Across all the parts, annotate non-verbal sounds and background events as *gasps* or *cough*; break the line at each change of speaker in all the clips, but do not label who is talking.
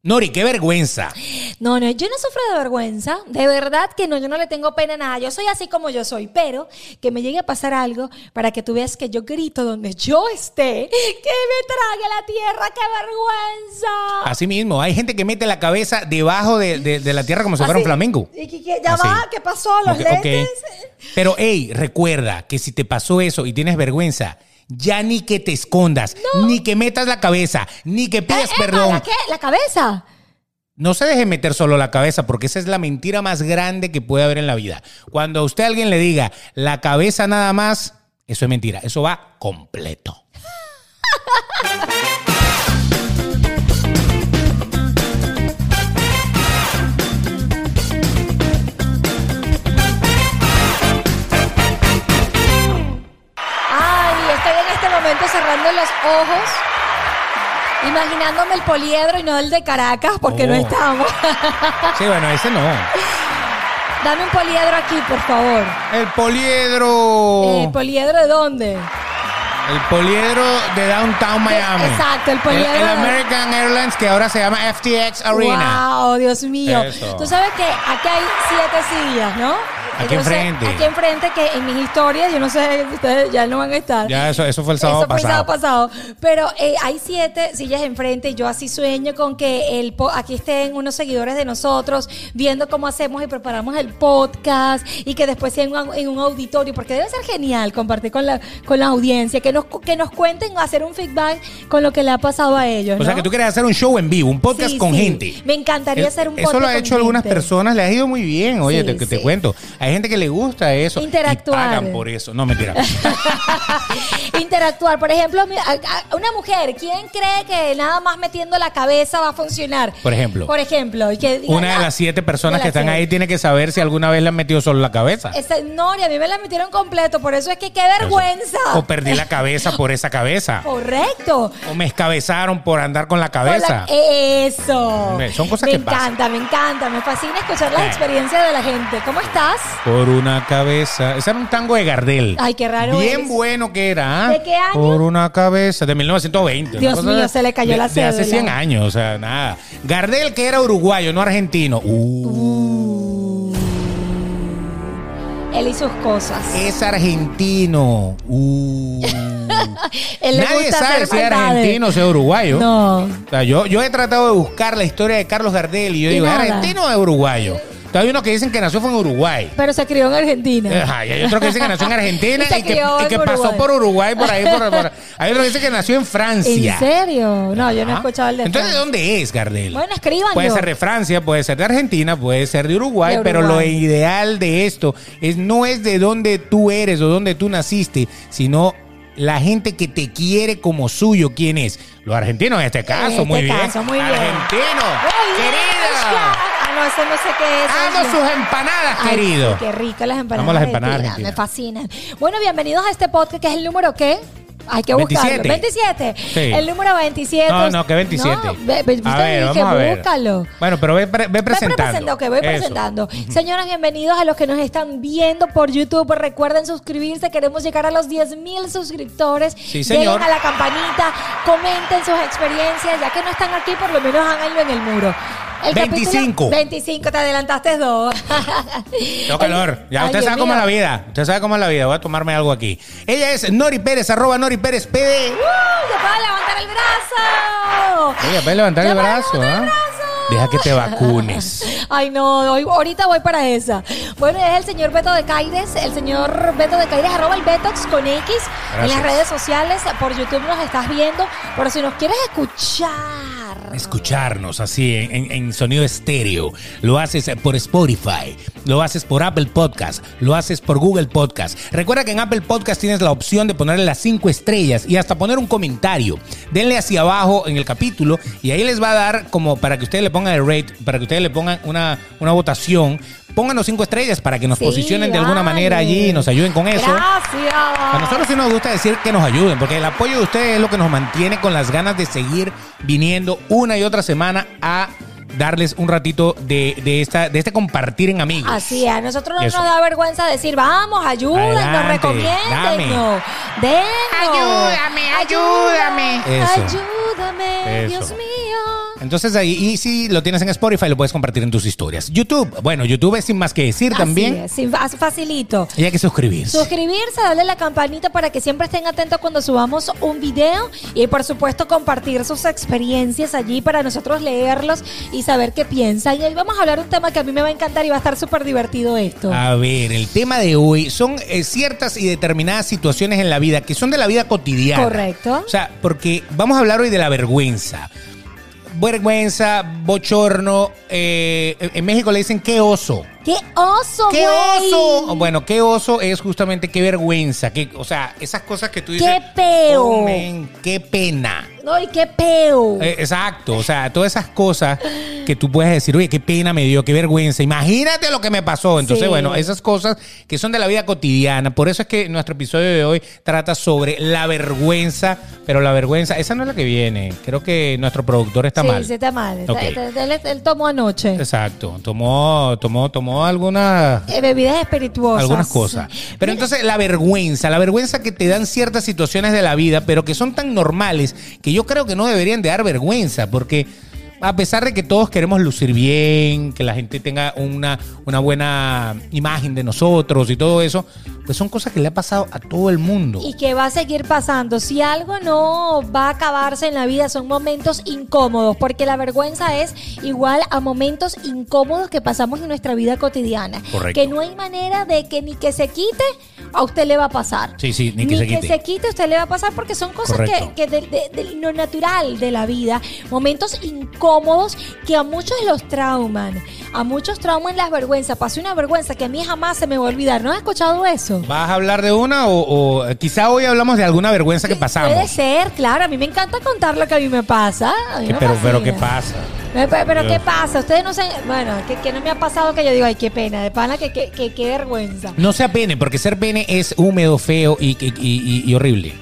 Nori, qué vergüenza.
No, no, yo no sufro de vergüenza. De verdad que no, yo no le tengo pena a nada. Yo soy así como yo soy, pero que me llegue a pasar algo para que tú veas que yo grito donde yo esté, que me trague a la tierra, qué vergüenza.
Así mismo, hay gente que mete la cabeza debajo de, de- de la tierra como si fuera un
Así.
flamenco.
Y que- que- ya
Así.
va, ¿qué pasó? Los
Ok, ok.
lentes.
Pero, hey, recuerda que si te pasó eso y tienes vergüenza, ya ni que te escondas, ni que metas la cabeza, ni que
Eh,
pidas
epa,
perdón.
¿La qué? ¿La cabeza?
No se deje meter solo la cabeza, porque esa es la mentira más grande que puede haber en la vida. Cuando a usted alguien le diga la cabeza nada más, eso es mentira. Eso va completo.
Ay, estoy en este momento cerrando los ojos, imaginándome el poliedro y no el de Caracas, porque no
Oh.
estamos. *laughs*
Sí, bueno, ese no.
Dame un poliedro aquí, por favor.
El poliedro.
Eh, ¿Poliedro de dónde?
el poliedro de Downtown Miami.
Exacto, el poliedro
El,
de-
American Airlines, que ahora se llama FTX Arena.
Wow, Dios mío.
Eso.
Tú sabes que aquí hay siete sillas, ¿no?
Aquí enfrente.
Aquí enfrente, que en mis historias, yo no sé, ustedes ya no van a estar.
Ya, eso, eso fue el
Eso
sábado
fue el
pasado.
sábado pasado. Pero eh, hay siete sillas enfrente y yo así sueño con que el po- aquí estén unos seguidores de nosotros viendo cómo hacemos y preparamos el podcast y que después sea en un, en un auditorio, porque debe ser genial compartir con la, con la audiencia, que nos, cu- que nos cuenten, hacer un feedback con lo que le ha pasado a ellos.
O sea,
¿no?
que tú quieres hacer un show en vivo, un podcast
Sí,
con
sí.
gente.
Me encantaría
El-
hacer un
Eso
podcast
lo ha
con
hecho algunas
gente.
personas, le ha ido muy bien. Oye,
Sí,
te, que te
sí.
cuento. Hay gente que le gusta eso.
Interactuar.
Y pagan por eso. No,
*laughs*
mentira.
Interactuar. Por ejemplo, mi- a- a- una mujer, ¿quién cree que nada más metiendo la cabeza va a funcionar?
Por ejemplo.
Por ejemplo. y que diga,
Una de
"Ah,
las siete personas
de
que
las
están
siete".
ahí tiene que saber si alguna vez le han metido solo la cabeza.
Esa- no, y a mí me la metieron completo, por eso es que qué vergüenza.
O perdí la cabeza por esa
*laughs*
cabeza.
Correcto.
O me escabezaron por andar con la cabeza.
Hola, eso.
Hombre, son cosas que
me
pasan.
encanta, me encanta. Me fascina escuchar
Eh.
las experiencias de la gente. ¿Cómo estás?
Por una cabeza. Ese era un tango de Gardel.
Ay, qué raro
Bien
eres.
bueno que era. ¿ah?
¿De qué año?
Por una cabeza. De 1920. una
Dios
cosa
mío,
de-
se le cayó
de-
la
De hace
cédula.
100 años, o sea, nada. Gardel que era uruguayo, no argentino. Uh,
Él y sus cosas.
Es argentino. Uh.
Él *laughs* le
Nadie
gusta
sabe
hacer
si es
maldades.
argentino o si es uruguayo.
No.
O sea, yo, yo he tratado de buscar la historia de Carlos Gardel y yo
Y
digo,
nada.
¿es argentino o es uruguayo? Entonces, Hay unos que dicen que nació fue en Uruguay.
Pero se crió en Argentina.
Ajá, y hay otros que dicen que nació en Argentina
Y se
y, que,
crió
y
en
que pasó
Uruguay.
por Uruguay, por ahí, por, por- Hay otros que dicen que nació en Francia.
¿En serio? No, yo no he
Ajá.
escuchado el de
Entonces, ¿de
Francia.
dónde es Gardel?
Bueno, escríbanlo.
Puede ser de Francia, puede ser de Argentina, puede ser de Uruguay,
De
pero lo
Uruguay.
ideal de esto es no es de dónde tú eres o dónde tú naciste, sino la gente que te quiere como suyo, ¿quién es? Los argentinos en este caso,
este
muy,
caso,
bien.
muy bien.
Argentino,
Muy bien, Oscar.
querido.
Ah, no, ese no sé qué es.
Amo
Oscar.
sus empanadas,
Ay,
Ah, querido.
Qué rico las empanadas.
Amo las
argentinas,
empanadas argentinas.
Me fascinan. Bueno, bienvenidos a este podcast, que es el número qué. Hay que buscarlo.
27.
27.
Sí.
El número 27.
No, no, que 27.
No, ve- ve-
a
te
ver,
dije,
vamos a ver.
búscalo.
Bueno, pero ve, pre- ve
Voy
presentando.
presentando, ok, voy
Eso.
presentando. Señoras, bienvenidos a los que nos están viendo por YouTube. Recuerden suscribirse, queremos llegar a los 10 mil suscriptores.
Sí, señor.
Lleguen a la campanita, comenten sus experiencias. Ya que no están aquí, por lo menos háganlo en el muro. El
25.
Capítulo, 25, te adelantaste dos.
Tengo
*laughs*
calor. Ya
Ay,
usted
Dios
sabe cómo es
mío.
la vida. Usted sabe cómo es la vida. Voy a tomarme algo aquí. Ella es Nori Pérez, arroba Nori Pérez PD.
¡Uh! ¡Ya puedo levantar el brazo!
Oye, puedes levantar
¡Ya
el
puedo
brazo,
levantar el
¿ah?
brazo!
Deja que te vacunes.
Ay, no, hoy- ahorita voy para esa. Bueno, es el señor Beto de Caires, el señor Beto de Caires, arroba el Betox con X en
Gracias.
las redes sociales. Por YouTube nos estás viendo, pero si nos quieres escuchar.
Escucharnos así en, en- en sonido estéreo. Lo haces por Spotify, lo haces por Apple Podcast, lo haces por Google Podcast. Recuerda que en Apple Podcast tienes la opción de ponerle las cinco estrellas y hasta poner un comentario. Denle hacia abajo en el capítulo y ahí les va a dar como para que ustedes le pongan el rate, para que ustedes le pongan una, una votación. Pónganos cinco estrellas para que nos
Sí,
posicionen de alguna
vale.
manera allí y nos ayuden con eso.
Gracias.
A nosotros sí nos gusta decir que nos ayuden, porque el apoyo de ustedes es lo que nos mantiene con las ganas de seguir viniendo una y otra semana a darles un ratito de, de esta, de este compartir en amigos.
Así es, a nosotros no
Eso.
nos da vergüenza decir, vamos, ayúdennos,
Adelante,
recomiéndennos, dennos.
Ayúdame, ayúdame.
Eso.
Ayúdame,
Eso.
Dios mío.
entonces ahí, y si lo tienes en Spotify, lo puedes compartir en tus historias. YouTube, bueno, YouTube es sin más que decir
Así
también.
es, sí, fa- facilito.
Y hay que suscribirse.
Suscribirse, darle la campanita para que siempre estén atentos cuando subamos un video y por supuesto compartir sus experiencias allí para nosotros leerlos y saber qué piensan. Y hoy vamos a hablar de un tema que a mí me va a encantar y va a estar súper divertido esto.
A ver, el tema de hoy son eh, ciertas y determinadas situaciones en la vida que son de la vida cotidiana.
Correcto.
O sea, porque vamos a hablar hoy de la vergüenza. Vergüenza, bochorno. eh, en México le dicen qué oso.
¡Qué oso,
¡Qué
güey!
oso! Bueno, qué oso es justamente qué vergüenza. Qué, o sea, esas cosas que tú dices.
¡Qué peo!
"Oh, men, ¡Qué pena!
¡Ay, qué peo!
Eh, Exacto, o sea, todas esas cosas que tú puedes decir, oye, qué pena me dio, qué vergüenza, imagínate lo que me pasó. Entonces,
Sí.
bueno, esas cosas que son de la vida cotidiana, por eso es que nuestro episodio de hoy trata sobre la vergüenza, pero la vergüenza, esa no es la que viene, creo que nuestro productor está
sí,
mal.
sí, está mal. Está-
Ok.
está- está- él, él tomó anoche.
Exacto, tomó, tomó, tomó alguna...
Eh, bebidas espirituosas.
Algunas cosas. Pero entonces la vergüenza, la vergüenza que te dan ciertas situaciones de la vida, pero que son tan normales que yo creo que no deberían de dar vergüenza, porque a pesar de que todos queremos lucir bien, que la gente tenga una, una buena imagen de nosotros y todo eso, pues son cosas que le ha pasado a todo el mundo.
Y que va a seguir pasando. Si algo no va a acabarse en la vida, son momentos incómodos, porque la vergüenza es igual a momentos incómodos que pasamos en nuestra vida cotidiana.
Correcto.
Que no hay manera de que ni que se quite, a usted le va a pasar.
Sí, sí, ni que se quite.
a usted le va a pasar porque son cosas
Correcto.
que, que de, de- de lo natural de la vida, momentos incómodos que a muchos los trauman. A muchos trauman las vergüenzas. Pasé una vergüenza que a mí jamás se me va a olvidar. ¿No has escuchado eso?
¿Vas a hablar de una o, o quizá hoy hablamos de alguna vergüenza que
Puede
pasamos?
ser, claro. A mí me encanta contar lo que a mí me pasa. A mí
Que-
me
pero, pero ¿qué
fascina.
pasa?
Eh, pe- Pero,
Dios.
¿qué pasa? Ustedes no saben. Bueno, que, que no me ha pasado que yo digo, ay, qué pena, de pana, que, que, que- qué vergüenza.
No sea pene, porque ser pene es húmedo, feo y- y- y- y horrible.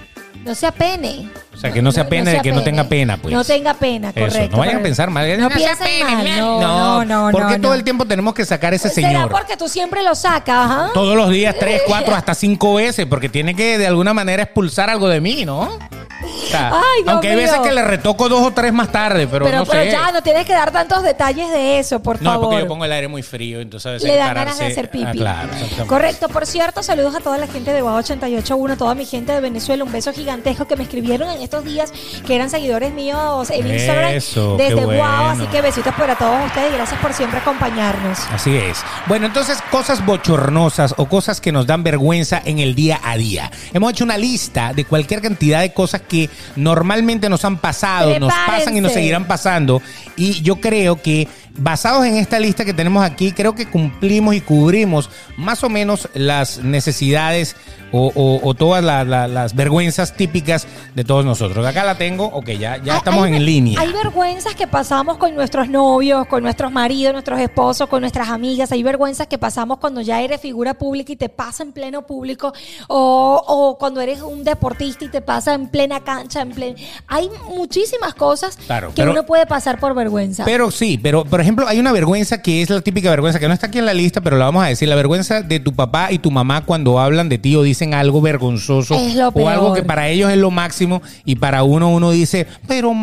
No se apene.
O sea, que no se apene de que no tenga pena, pues.
No tenga pena,
Eso,
correcto.
no vayan
pero-
a pensar mal.
No,
sea
piensen
pene,
mal.
mira.
No, no, no.
¿Por qué
no,
todo
no.
el tiempo tenemos que sacar a ese
¿Será
señor?
porque tú siempre lo sacas, ajá?
Todos los días,
*laughs*
tres, cuatro, hasta cinco veces, porque tiene que de alguna manera expulsar algo de mí, ¿no? O sea,
Ay, Dios
aunque hay veces
mío.
que le retoco dos o tres más tarde, pero,
Pero, pero,
no sé.
ya, no tienes que dar tantos detalles de eso, por
no, es
favor.
porque yo pongo el aire muy frío, entonces a veces
Le
hay
dan
que
ganas de
pararse-
hacer pipi.
Ah, claro, exactamente.
Correcto, por cierto, saludos a toda la gente de Guau 881, toda mi gente de Venezuela, un beso gigantesco que me escribieron en estos días, que eran seguidores míos en Instagram
Eso, qué
desde Guau,
bueno.
así que besitos para todos ustedes y gracias por siempre acompañarnos.
Así es. Bueno, entonces cosas bochornosas o cosas que nos dan vergüenza en el día a día. Hemos hecho una lista de cualquier cantidad de cosas que normalmente nos han pasado, nos pasan y nos
Prepárense.
seguirán pasando. Y yo creo que basados en esta lista que tenemos aquí, creo que cumplimos y cubrimos más o menos las necesidades o, o- o todas la- la- las vergüenzas típicas de todos nosotros. Acá la tengo, ok, ya, ya
Hay-
estamos
Ah, hay
en
ver-
línea.
Hay vergüenzas que pasamos con nuestros novios, con nuestros maridos, nuestros esposos, con nuestras amigas. Hay vergüenzas que pasamos cuando ya eres figura pública y te pasa en pleno público. O, o cuando eres un deportista y te pasa en plena cancha. en plen- Hay muchísimas cosas
Claro,
que
pero-
uno puede pasar por vergüenza.
Pero sí, pero por ejemplo, hay una vergüenza que es la típica vergüenza que no está aquí en la lista, pero la vamos a decir: la vergüenza de tu papá y tu mamá cuando hablan de ti o dicen algo vergonzoso
Es lo
o algo
peor.
que para ellos es lo máximo y para uno, uno dice, pero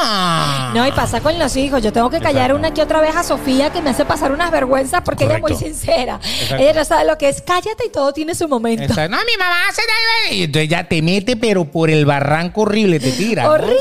mamá.
No, y pasa con los hijos. Yo tengo que callar
Exacto.
una que otra vez a Sofía que me hace pasar unas vergüenzas porque ella es
Correcto.
muy sincera. Ella no sabe lo que es cállate y todo tiene su momento.
Esa- no, mi mamá hace tal- y entonces ya te mete, pero por el barranco horrible te tira. ¿no?
Horrible.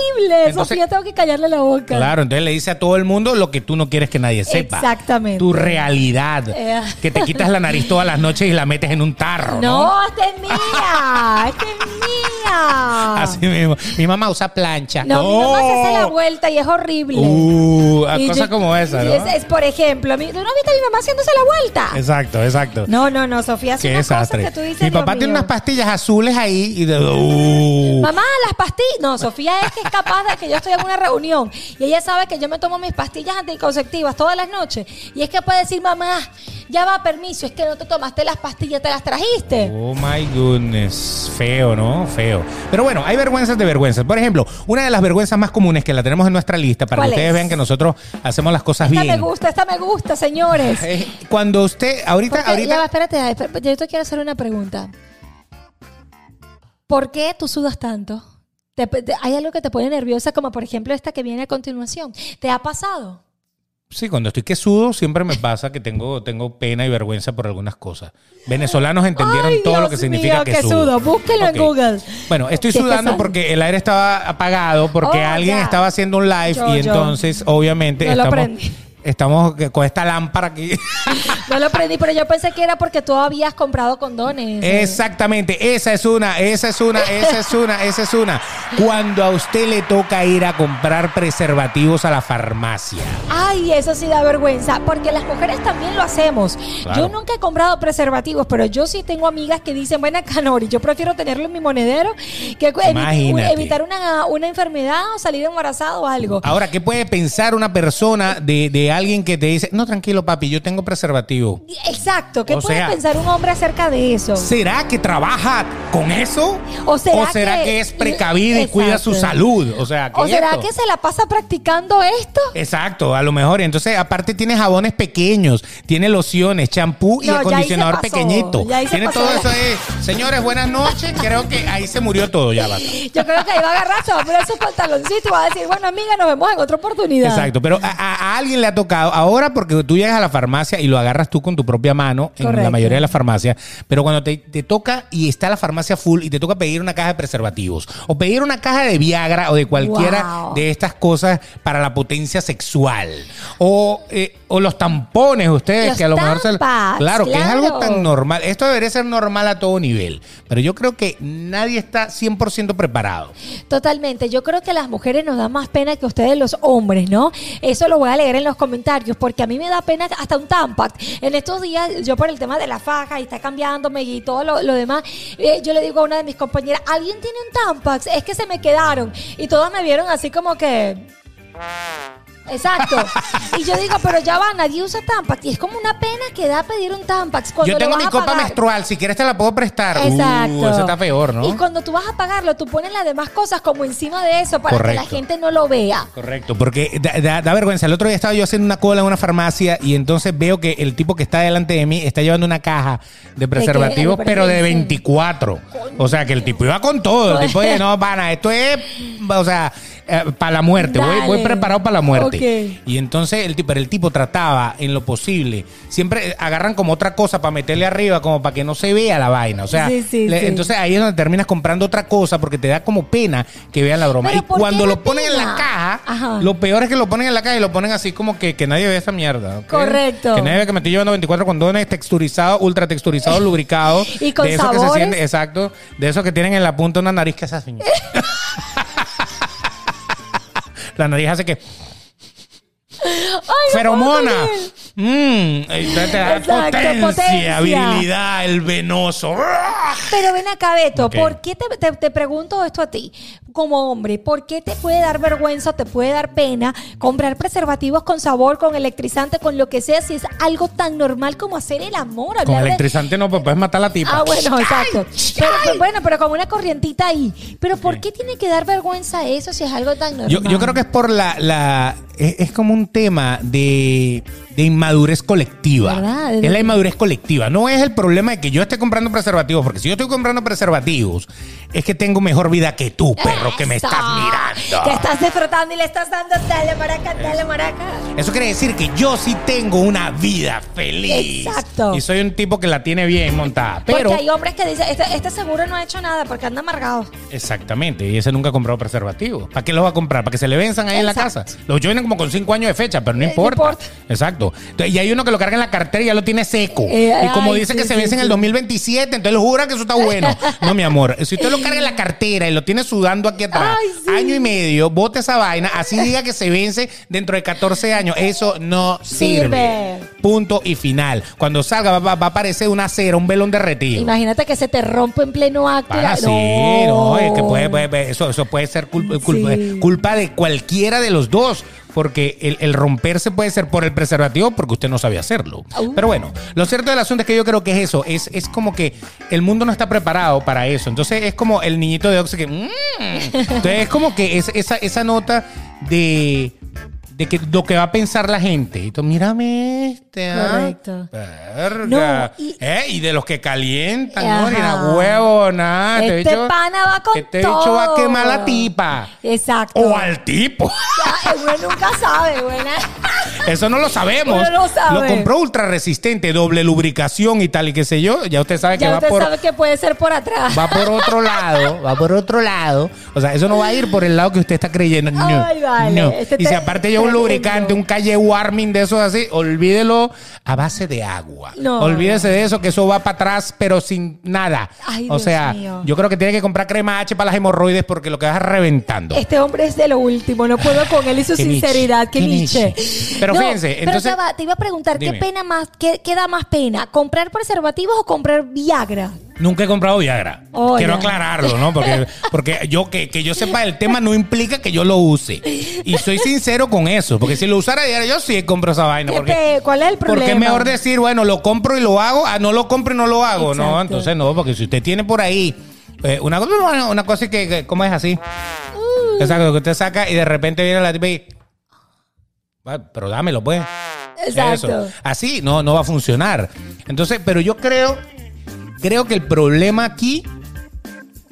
Entonces,
Sofía, tengo que callarle la boca.
Claro, entonces le dice a todo el mundo lo que tú no quieres que nadie sepa.
Exactamente.
Tu realidad.
Eh.
Que te quitas la nariz todas las noches y la metes en un tarro. ¿no?
No, esta es mía. Esta es mía.
*laughs* Así mismo. Mi mamá usa plancha.
no, mi mamá se hace la
¡Oh!
vuelta y es horrible.
Uh, a
Y
cosas
yo-
como esa,
y
¿no?
Es, es, por ejemplo, mi- ¿tú no viste a mi mamá haciéndose la vuelta?
Exacto, exacto.
No, no, no, Sofía, hace
Qué
unas cosas
desastre.
que tú dices.
Mi
Dios
papá tiene
mío.
unas pastillas azules ahí y de. Uh.
Mamá, las pastillas. No, Sofía es que es capaz de que yo estoy en una reunión y ella sabe que yo me tomo mis pastillas anticonceptivas todas las noches. Y es que puede decir, mamá, ya va, permiso, es que no te tomaste las pastillas, te las trajiste.
Oh my goodness, feo, ¿no? Feo. Pero bueno, hay vergüenzas de vergüenzas. Por ejemplo, una de las vergüenzas más comunes que la tenemos en nuestra lista para que
¿Cuál
ustedes
es?
vean que nosotros hacemos las cosas
Esta me
bien.
gusta, esta me gusta, señores.
Eh, Cuando usted, ahorita,
Porque-
ahorita.
ya va, espérate, ya, espérate, yo te quiero hacer una pregunta. ¿Por qué tú sudas tanto? Te- te- hay algo que te pone nerviosa, como por ejemplo esta que viene a continuación. ¿Te ha pasado?
Sí, cuando estoy que sudo, siempre me pasa que tengo, tengo pena y vergüenza por algunas cosas. Venezolanos entendieron
Ay,
todo lo
Dios
que significa
mío,
que,
que sudo.
sudo.
Búsquenlo en
Ok.
Google.
Bueno, estoy
Si es que
sudando
sale.
porque el aire estaba apagado, porque
Oh,
alguien
ya.
estaba haciendo un live
Yo,
y
yo.
entonces, obviamente,
No lo
estamos,
prendí.
estamos con esta lámpara
*laughs*
aquí. *laughs*
No lo aprendí, pero yo pensé que era porque tú habías comprado condones.
Exactamente, esa es una, esa es una, esa es una, esa es una. Cuando a usted le toca ir a comprar preservativos a la farmacia.
Ay, eso sí da vergüenza, porque las mujeres también lo hacemos.
Claro.
Yo nunca he comprado preservativos, pero yo sí tengo amigas que dicen, bueno, Canori, yo prefiero tenerlo en mi monedero que cu- evi-
Imagínate. Ah.
evitar una, una enfermedad o salir embarazada o algo.
Ahora, ¿qué puede pensar una persona de, de alguien que te dice, no, tranquilo, papi, yo tengo preservativo?
Exacto, ¿qué
O
puede
sea-
pensar un hombre acerca de eso?
¿Será que trabaja con eso?
¿O será que-
que, es precavida y
Exacto.
cuida su salud? O sea, ¿qué
¿O
es
será
esto?
que se la pasa practicando esto?
Exacto, a lo mejor. Entonces, aparte tiene jabones pequeños, tiene lociones, champú y
No, ya ahí se
acondicionador
pasó,
pequeñito.
ya ahí se
Tiene
pasó
todo
la-
eso ahí. Señores, buenas noches. Creo que ahí se murió todo, ya basta.
Yo creo que ahí va a agarrar, se va a poner sus pantaloncitos y va a decir, bueno, amiga, nos vemos en otra oportunidad.
Exacto, pero a, a- a alguien le ha tocado ahora porque tú llegas a la farmacia y lo agarras tú con tu propia mano en
Correcto.
la mayoría de las farmacias, pero cuando te, te toca y está la farmacia full y te toca pedir una caja de preservativos o pedir una caja de Viagra o de cualquiera
Wow.
de estas cosas para la potencia sexual o, eh, o los tampones ustedes
Los
que a lo mejor se-
tampas,
claro, que es algo
claro.
tan normal, esto debería ser normal a todo nivel, pero yo creo que nadie está 100% preparado.
Totalmente. Yo creo que las mujeres nos da más pena que ustedes los hombres, ¿no? Eso lo voy a leer en los comentarios, porque a mí me da pena hasta un tampac. En estos días, yo por el tema de la faja y está cambiándome y todo lo, lo demás, eh, yo le digo a una de mis compañeras, ¿alguien tiene un tampax? Es que se me quedaron. Y todas me vieron así como que... Exacto. Y yo digo, pero ya va, nadie usa Tampax. Y es como una pena que da pedir un Tampax. Cuando
Yo
lo
tengo
vas
mi
a
copa
pagar.
menstrual, si quieres te la puedo prestar. Uh,
Exacto.
eso está peor, ¿no?
Y cuando tú vas a pagarlo, tú pones las demás cosas como encima de eso para que la
Correcto.
gente no lo vea.
Correcto, porque da, da- da vergüenza. El otro día estaba yo haciendo una cola en una farmacia y entonces veo que el tipo que está delante de mí está llevando una caja de preservativos,
¿De qué?
pero de
Preservativo.
24. O sea, que el tipo iba con todo. El tipo dice, no, pana, esto es, o sea, para la muerte. Voy, voy
Dale.
preparado para la muerte.
Ok.
Y entonces el tipo, pero el tipo trataba en lo posible. Siempre eh, agarran como otra cosa para meterle arriba, como para que no se vea la vaina. O sea,
Sí, sí,
le-
sí.
entonces ahí es donde terminas comprando otra cosa porque te da como pena que vean la broma.
Pero
y
¿por qué
cuando
da
lo ponen en la
pena?
caja,
Ajá.
lo peor es que lo ponen en la caja y lo ponen así como que, que nadie ve esa mierda. ¿ok?
Correcto.
Que nadie ve que me estoy llevando 24 condones texturizados, ultra texturizados, lubricados.
*laughs* Y con
de esos que se
sabores.
sienten- exacto. De esos que tienen en la punta una nariz que es así.
*laughs*
la nariz hace que. Feromona. Mm, eh, te- te da
Exacto,
potencia,
potencia.
virilidad, el
*laughs*
venoso.
Pero ven acá, Beto,
Ok.
¿por qué te, te- te pregunto esto a ti? Como hombre, ¿por qué te puede dar vergüenza, o te puede dar pena comprar preservativos con sabor, con electrizante, con lo que sea, si es algo tan normal como hacer el amor?
Con
hablar de-
electrizante no, pues puedes matar a la tipa.
Ah, bueno, exacto. Pero, pero bueno, pero con una corrientita ahí. Pero ¿por qué tiene que dar vergüenza eso si es algo tan normal?
Yo, yo creo que es por la... la e, es, es como un tema de, de inmadurez colectiva.
¿Verdad?
Es la inmadurez colectiva. No es el problema de que yo esté comprando preservativos, porque si yo estoy comprando preservativos, es que tengo mejor vida que tú, perro, que me
Eso.
estás mirando.
Que estás disfrutando y le estás dando dale maraca, dale maraca.
Eso quiere decir que yo sí tengo una vida feliz.
Exacto.
Y soy un tipo que la tiene bien montada. Pero...
porque hay hombres que dicen, este, este seguro no ha hecho nada porque anda amargado.
Exactamente, y ese nunca ha comprado preservativo. ¿Para qué los va a comprar? ¿Para que se le venzan ahí en
Exacto.
la casa? Los yo vienen como con cinco años de fecha, pero no
Eh, no
importa.
importa.
Exacto. Entonces, y hay uno que lo carga en la cartera y ya lo tiene seco.
Eh,
y como
ay,
dice
sí,
que se
sí,
vence en
sí.
el 2027, entonces jura que eso está
*laughs*
bueno. No, mi amor, si usted lo carga en la cartera y lo tiene sudando aquí atrás,
Ay, sí.
año y medio, bote esa vaina, así diga que se vence dentro de 14 años. Eso no sirve.
Sirve.
Punto y final. Cuando salga va, va- va a aparecer una cera, un velón derretido.
Imagínate que se te rompe en pleno acto. y
Para
la-
sí, no, es que puede, puede- puede- eso, eso puede ser cul- cul- culpa,
Sí.
de cualquiera de los dos. Porque el, el romperse puede ser por el preservativo porque usted no sabe hacerlo.
Uh.
Pero bueno, lo cierto del asunto es que yo creo que es eso. Es, es como que el mundo no está preparado para eso. Entonces es como el niñito de Oxy que... "Mm". Entonces es como que es, esa, esa nota de, de que lo que va a pensar la gente. Y tú, mírame este. ¿ah?
Correcto.
Verga.
No, y-
Eh, y de los que calientan, ¿no?
Ajá.
Ni la huevona.
Este
bicho-
pana va con
Este bicho va a
todo.
quemar a la tipa.
Exacto.
O al tipo. *laughs*
Ya, eh, uno nunca sabe, buena.
Eso no lo sabemos.
Uno no sabe.
Lo compró ultra resistente, doble lubricación y tal y qué sé yo. Ya usted sabe que
Ya
va
usted
por,
sabe que puede ser por atrás.
va por otro lado, va por otro lado. O sea, eso no va a ir por el lado que usted está creyendo. No,
Ay, vale.
no.
Este
y si
te-
aparte lleva un
tremendo.
lubricante, un calle warming de esos así, olvídelo a base de agua.
No.
Olvídese de eso, que eso va para atrás, pero sin nada.
Ay,
o
Dios
sea,
mío.
yo creo que tiene que comprar crema H para las hemorroides porque lo que vas reventando.
Este hombre es de lo último, no puedo con él y su
Qué
sinceridad,
niche,
que
qué
niche.
niche. Pero
No,
fíjense,
pero
entonces-
ya va, te iba a preguntar,
Dime.
¿qué pena más, qué, qué da más pena? ¿Comprar preservativos o comprar Viagra?
Nunca he comprado Viagra.
Oh,
Quiero
ya.
aclararlo, ¿no? Porque, porque yo que, que yo sepa el tema no implica que yo lo use. Y soy sincero con eso, porque si lo usara diario, yo sí compro esa vaina.
¿Qué
Porque,
pe- ¿Cuál es el problema?
porque es mejor decir, bueno, lo compro y lo hago, ah, no lo compro y no lo hago. No,
Exacto.
entonces no, porque si usted tiene por ahí eh, una cosa, bueno, una cosa que, que- ¿cómo es así? Exacto, que usted saca y de repente viene la tipa y. "Ah, Pero dámelo, pues.
Exacto.
Eso. Así no, no va a funcionar. Entonces, pero yo creo, creo que el problema aquí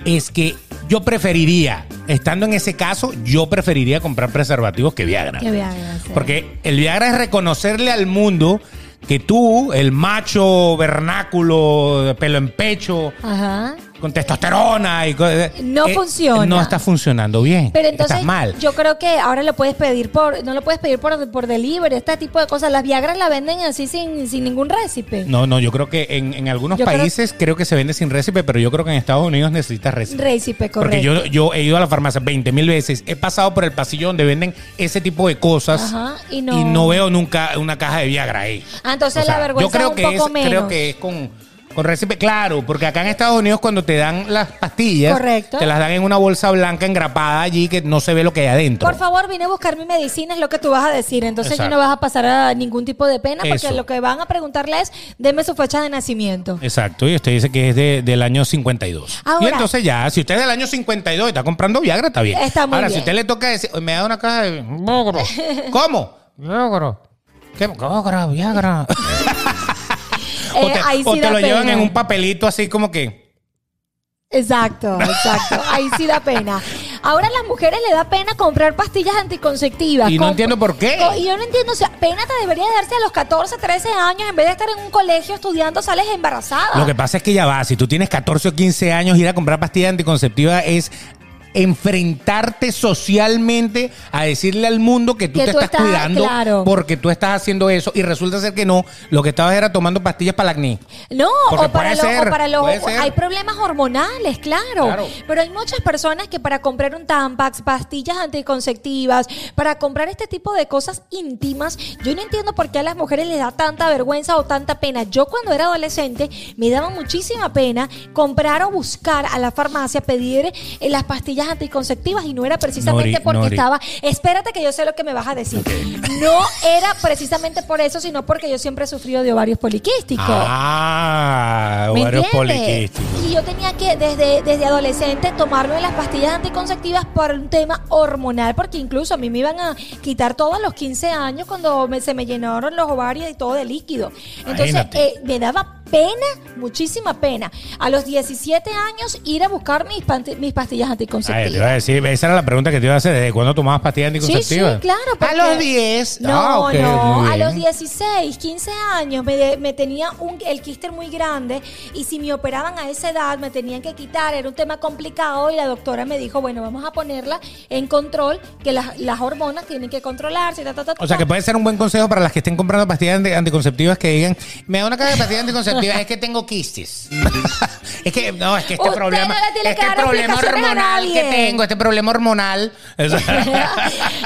es que yo preferiría, estando en ese caso, yo preferiría comprar preservativos que Viagra.
Que Viagra, sí.
Porque el Viagra es reconocerle al mundo que tú, el macho vernáculo, de pelo en pecho,
Ajá.
con testosterona y cosas.
No funciona.
No está funcionando bien.
Pero entonces
Estás mal.
yo creo que ahora lo puedes pedir por, no lo puedes pedir por, por delivery, este tipo de cosas. Las Viagras la venden así sin, sin ningún récipe.
No, no, yo creo que en, en algunos
Yo creo-
países creo... que se vende sin récipe, pero yo creo que en Estados Unidos necesitas récipe.
Récipe, correcto.
Porque yo, yo he ido a la farmacia 20 mil veces, he pasado por el pasillo donde venden ese tipo de cosas
Ajá, y no-
veo nunca una caja de Viagra ahí.
Ah, entonces
O sea,
la
yo
vergüenza
creo
es un
que
poco
es,
menos.
Creo que es con, con récipe, claro, porque acá en Estados Unidos cuando te dan las pastillas,
Correcto.
te las dan en una bolsa blanca engrapada allí que no se ve lo que hay adentro.
Por favor, vine a buscar mi medicina, es lo que tú vas a decir. Entonces
Exacto.
ya no vas a pasar a ningún tipo de pena, porque
Eso.
lo que van a preguntarle es, deme su fecha de nacimiento.
Exacto, y usted dice que es de- del año 52.
Ahora-
y entonces ya, si usted es del año 52 y está comprando Viagra, está bien.
Está muy
Ahora, si
bien.
usted le toca decir, "Oye, me da una caja de Bogro.
*laughs*
¿Cómo? Bogro. ¿Qué? Bogro, Viagra. o
Eh,
te,
ahí
o
sí
te
da
lo llevan
pena.
en un papelito así como que...
Exacto,
*laughs*
exacto. Ahí sí da pena. Ahora a las mujeres le da pena comprar pastillas anticonceptivas.
Y no
Comp-
entiendo por qué.
Co- Y yo no entiendo, o sea, pena te debería darse a los 14, 13 años, en vez de estar en un colegio estudiando, sales embarazada.
Lo que pasa es que ya va, si tú tienes 14 o 15 años, ir a comprar pastillas anticonceptivas es enfrentarte socialmente a decirle al mundo que tú
Que
te
tú
estás,
estás-
cuidando
claro.
porque tú estás haciendo eso y resulta ser que no, lo que estabas era tomando pastillas para el acné.
No,
Porque
o para,
puede
los,
ser,
o para los-
puede ser.
Hay problemas hormonales, claro.
Claro.
Pero hay muchas personas que para comprar un Tampax, pastillas anticonceptivas, para comprar este tipo de cosas íntimas, yo no entiendo por qué a las mujeres les da tanta vergüenza o tanta pena. Yo cuando era adolescente me daba muchísima pena comprar o buscar a la farmacia, pedir eh, las pastillas anticonceptivas y no era precisamente
Nori,
porque
Nori.
estaba, espérate que yo sé lo que me vas a decir. No era precisamente por eso, sino porque yo siempre he sufrido de ovarios poliquísticos.
Ah,
¿Me
ovarios
entiendes?
poliquísticos.
Y yo tenía que, desde, desde adolescente, tomarme las pastillas anticonceptivas por un tema hormonal, porque incluso a mí me iban a quitar todos los 15 años cuando me- se me llenaron los ovarios y todo de líquido. Entonces,
Imagínate.
eh, me daba pena, muchísima pena. A los 17 años, ir a buscar mis, pant- mis pastillas
Ay, te iba
anticonceptivas.
a decir, esa era la pregunta que te iba a hacer, ¿desde cuándo tomabas pastillas
Sí, sí,
anticonceptivas?
claro. porque-
A los 10.
No,
Ah, ok,
no.
muy
A
bien.
los 16, 15 años me, de- me tenía un, el quíster muy grande y si me operaban a esa edad me tenían que quitar. Era un tema complicado y la doctora me dijo, bueno, vamos a ponerla en control, que las, las hormonas tienen que controlarse. ta, ta, ta,
O sea,
ta.
que puede ser un buen consejo para las que estén comprando pastillas anti- anticonceptivas que digan, me da una caja de pastillas anticonceptivas, es que tengo quistes. *laughs* es que, no, es que este
Usted
problema,
no le tiene que
este
dar
problema
explicaciones a
hormonal que
nadie.
tengo, este problema
*laughs*
hormonal. O sea,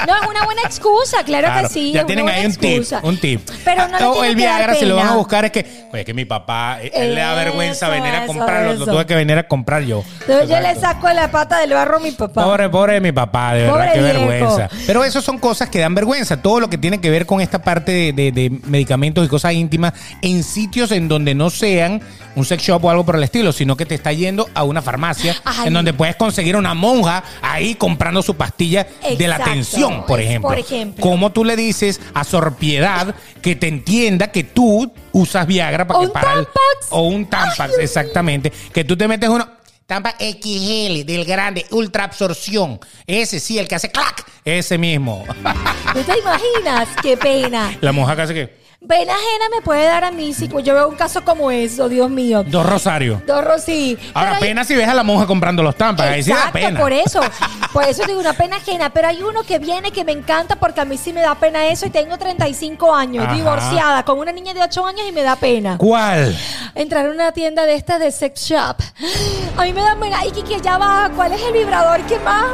no, es una buena excusa, claro,
claro,
que sí. es
ya
una
tienen
buena
ahí un tip,
excusa.
un tip.
Pero no le
Ah, o
tiene
el
que dar
Viagra, si lo
pena.
van a buscar, es que, oye, es que mi papá, él, le da vergüenza
Eso,
venir a
eso,
comprarlo,
eso.
lo tuve que venir a comprar yo.
Entonces, yo le
Exacto.
saco la pata del barro a mi papá.
Pobre, pobre de mi papá, de verdad,
Pobre
qué
viejo.
vergüenza. Pero eso son cosas que dan vergüenza. Todo lo que tiene que ver con esta parte de, de- de medicamentos y cosas íntimas en sitios en donde no sean un sex shop o algo por el estilo, sino que te está yendo a una farmacia
Ay.
en donde puedes conseguir una monja ahí comprando su pastilla de la
Exacto.
atención, por
Es-
ejemplo.
por ejemplo.
¿Cómo tú le dices a Sorpiedad que te entienda que tú usas Viagra para
O
que
un
para el-
Tampax.
o un Tampax, exactamente, que tú te metes uno Tampax XL del grande, ultra absorción. Ese sí, el que hace clac, ese mismo. *laughs*
¿Tú te imaginas? ¡Qué pena!
La monja que hace que
Pena ajena me puede dar a mí si yo veo un caso como eso, Dios mío.
dos rosarios.
Dos Rosy.
Ahora,
Pero hay-
pena si ves a la monja comprando los Tampax, ahí sí da
Exacto,
pena. *laughs*
por eso. Por eso digo una pena ajena. Pero hay uno que viene que me encanta porque a mí sí me da pena eso y tengo 35 años,
Ajá.
divorciada, con una niña de 8 años y me da pena.
¿Cuál?
Entrar a una tienda de estas de sex shop. A mí me da pena. Y que que ya va, ¿cuál es el vibrador que más?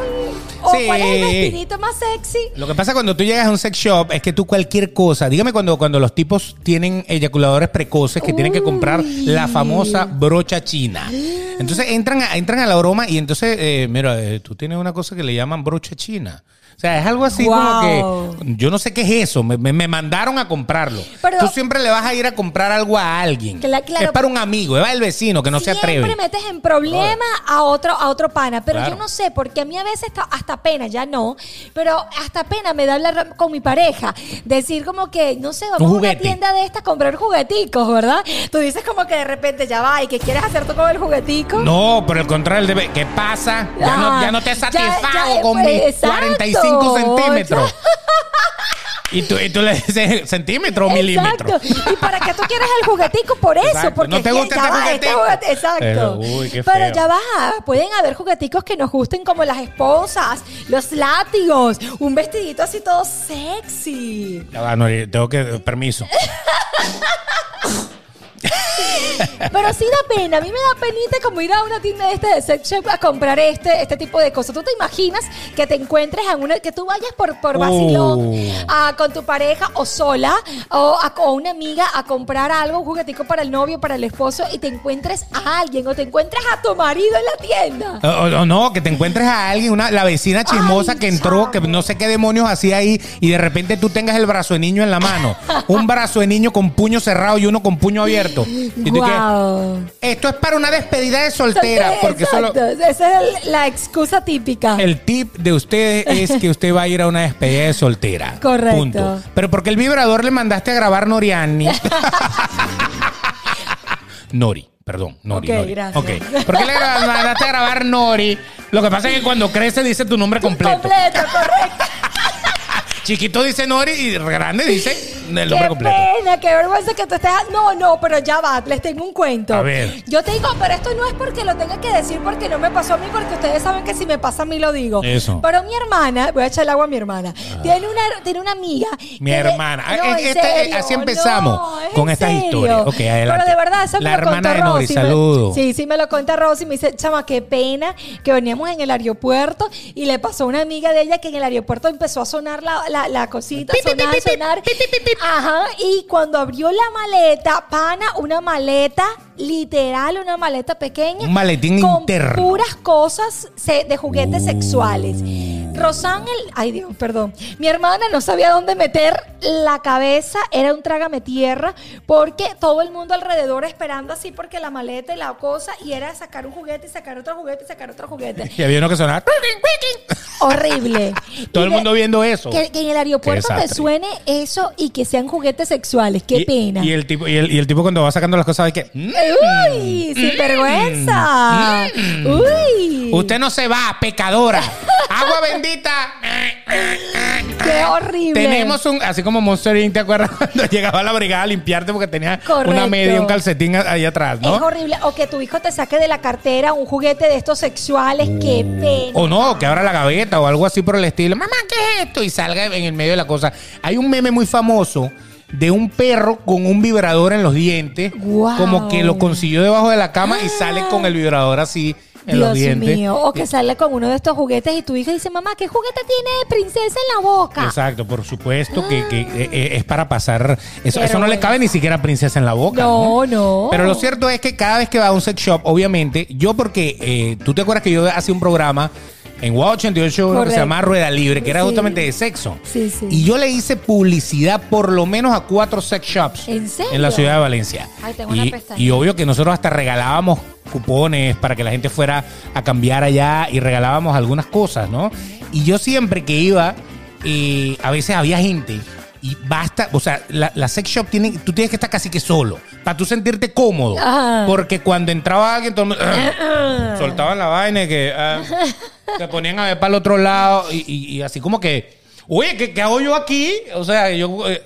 ¿O
Sí.
cuál es el vestidito más sexy?
Lo que pasa cuando tú llegas a un sex shop es que tú cualquier cosa, dígame cuando, cuando los tipos tienen eyaculadores precoces que tienen que comprar
Uy.
la famosa brocha china. Entonces entran a, entran a la broma y entonces, eh, mira, eh, tú tienes una cosa que le llaman brocha china. O sea, es algo así como
Wow.
que yo no sé qué es eso, me, me- me mandaron a comprarlo.
Pero-
tú siempre le vas a ir a comprar algo a alguien.
Cla- claro.
es para un amigo, es para el vecino que no se atreve.
Siempre metes en problema a otro, a otro pana. Pero
Claro.
yo no sé, porque a mí a veces ta- hasta pena, ya no, pero hasta pena me da hablar con mi pareja. Decir como que, no sé,
Un
vamos a una
juguete.
tienda de estas a comprar jugueticos, ¿verdad? Tú dices como que de repente ya va y que quieres hacer tú con el juguetico.
No, por el contrario, debe- ¿qué pasa? Ya, no, ya no te
Ah, ya-
satisfago
ya,
con
pues,
mis
exacto.
45
*laughs*
centímetros. Y tú, y tú le dices centímetro o milímetro.
Exacto. ¿Y para qué tú quieres el juguetico? Por eso.
Exacto.
Porque
¿No te
es que
gusta
ya
este
va,
juguetico?
juguete- Exacto.
Pero, uy, qué
Pero
feo.
ya va. Pueden haber jugueticos que nos gusten como las esposas, los látigos, un vestidito así todo sexy.
Ya va, Nori, tengo que. Permiso.
Pero sí da pena. A mí me da penita como ir a una tienda de este de sex shop a comprar este, este tipo de cosas. ¿Tú te imaginas que te encuentres en una, que tú vayas por, por vacilón
Uh.
ah, con tu pareja o sola o a, o una amiga a comprar algo, un juguetico para el novio, para el esposo y te encuentres a alguien o te encuentras a tu marido en la tienda?
O, o- o no, que te encuentres a alguien, una, la vecina chismosa
Ay,
que entró,
chamo.
que no sé qué demonios hacía ahí, y de repente tú tengas el brazo de niño en la mano. Un brazo de niño con puño cerrado y uno con puño abierto. Y tú que,
Wow.
Esto es para una despedida de soltera, porque solo.
Exacto. Esa es el- la excusa típica.
*laughs* El tip de ustedes es que usted va a ir a una despedida de soltera.
Correcto.
Punto. Pero porque el vibrador le mandaste a grabar
*laughs*
Noriani. Nori. Perdón, Nori.
Ok,
Nori.
gracias.
Ok. ¿Por qué le gra- mandaste a grabar Nori? Lo que pasa es que cuando crece dice tu nombre completo.
Completo, correcto.
Chiquito dice Nori y grande dice el
Qué
nombre completo.
pena, qué vergüenza que tú estés. No, no, pero ya va, les tengo un cuento.
A ver.
Yo te digo, pero esto no es porque lo tenga que decir porque no me pasó a mí, porque ustedes saben que si me pasa a mí lo digo.
Eso.
Pero mi hermana, voy a echar el agua a mi hermana, tiene, una, tiene una amiga.
Mi
que le-
hermana. Ah,
No,
es-
en
esta-
serio,
así empezamos
no, es
con
en
estas
serio.
historias. Ok, adelante.
Pero de verdad, eso me
La
lo contó
hermana de Nori,
Rosy, me-
saludo.
Sí, sí, me lo cuenta Rosy. Me dice, chama, qué pena que veníamos en el aeropuerto y le pasó a una amiga de ella que en el aeropuerto empezó a sonar la, la, la cosita, sonar, sonar. Ajá, y cuando abrió la maleta, pana, una maleta, literal, una maleta pequeña.
Un maletín
con
interno.
puras cosas se- de juguetes
Uh.
sexuales. Rosángel, ay Dios, perdón. Mi hermana no sabía dónde meter la cabeza, era un trágame tierra, porque todo el mundo alrededor esperando así, porque la maleta y la cosa, y era sacar un juguete, y sacar otro juguete, y sacar otro
*laughs*
juguete.
Y había uno que sonaba.
Horrible.
Todo
Y
el
de-
mundo viendo eso.
Que, que en el aeropuerto
Qué
te
desastre.
suene eso y que sean juguetes sexuales, qué
Y-
pena.
Y el tipo, y el, y el tipo cuando va sacando las cosas, es que. "Mm, Mm.
¡Uy! ¡Sin vergüenza! ¡Uy!
Usted no se va, pecadora.
*laughs*
Agua bendita. *laughs*
¡Qué horrible!
Tenemos un, así como Monster Inc, ¿te acuerdas *laughs* cuando llegaba a la brigada a limpiarte porque tenía una
Correcto.
media y un calcetín a- ahí atrás,
Es
¿no?
horrible. O que tu hijo te saque de la cartera un juguete de estos sexuales. ¡Qué pena!
Uh, O no, que abra la gaveta o algo así por el estilo. Mamá, ¿qué es esto? Y salga en el medio de la cosa. Hay un meme muy famoso de un perro con un vibrador en los dientes.
Guau. Ah.
Como que lo consiguió debajo de la cama y sale con el vibrador así en los
Dios
dientes.
mío. O que sale con uno de estos juguetes y tu hija dice, mamá, ¿qué juguete tiene de princesa en la boca?
Exacto, por supuesto que, que, eh, eh, es para pasar. Eso,
Qué
eso no le
vergüenza.
cabe ni siquiera a princesa en la boca.
No, no.
Pero lo cierto es que cada vez que va a un sex shop, obviamente, yo porque eh, tú te acuerdas que yo hacía un programa en Wow 88 uno que se
Correcto.
llamaba Rueda Libre, que era
Sí.
justamente de sexo.
Sí, sí.
Y yo le hice publicidad por lo menos a cuatro sex shops
¿En serio?
la ciudad de Valencia.
Ay, tengo
y,
una pestaña.
y obvio que nosotros hasta regalábamos cupones para que la gente fuera a cambiar allá y regalábamos algunas cosas, ¿no? Y yo siempre que iba, eh, a veces había gente y basta, o sea, la, la sex shop tiene, tú tienes que estar casi que solo para tú sentirte cómodo,
Ajá.
porque cuando entraba alguien, todo el mundo, soltaban la vaina y que ah, se ponían a ver para el otro lado y, y- y así como que, oye, ¿qué, qué hago yo aquí? O sea, yo, eh,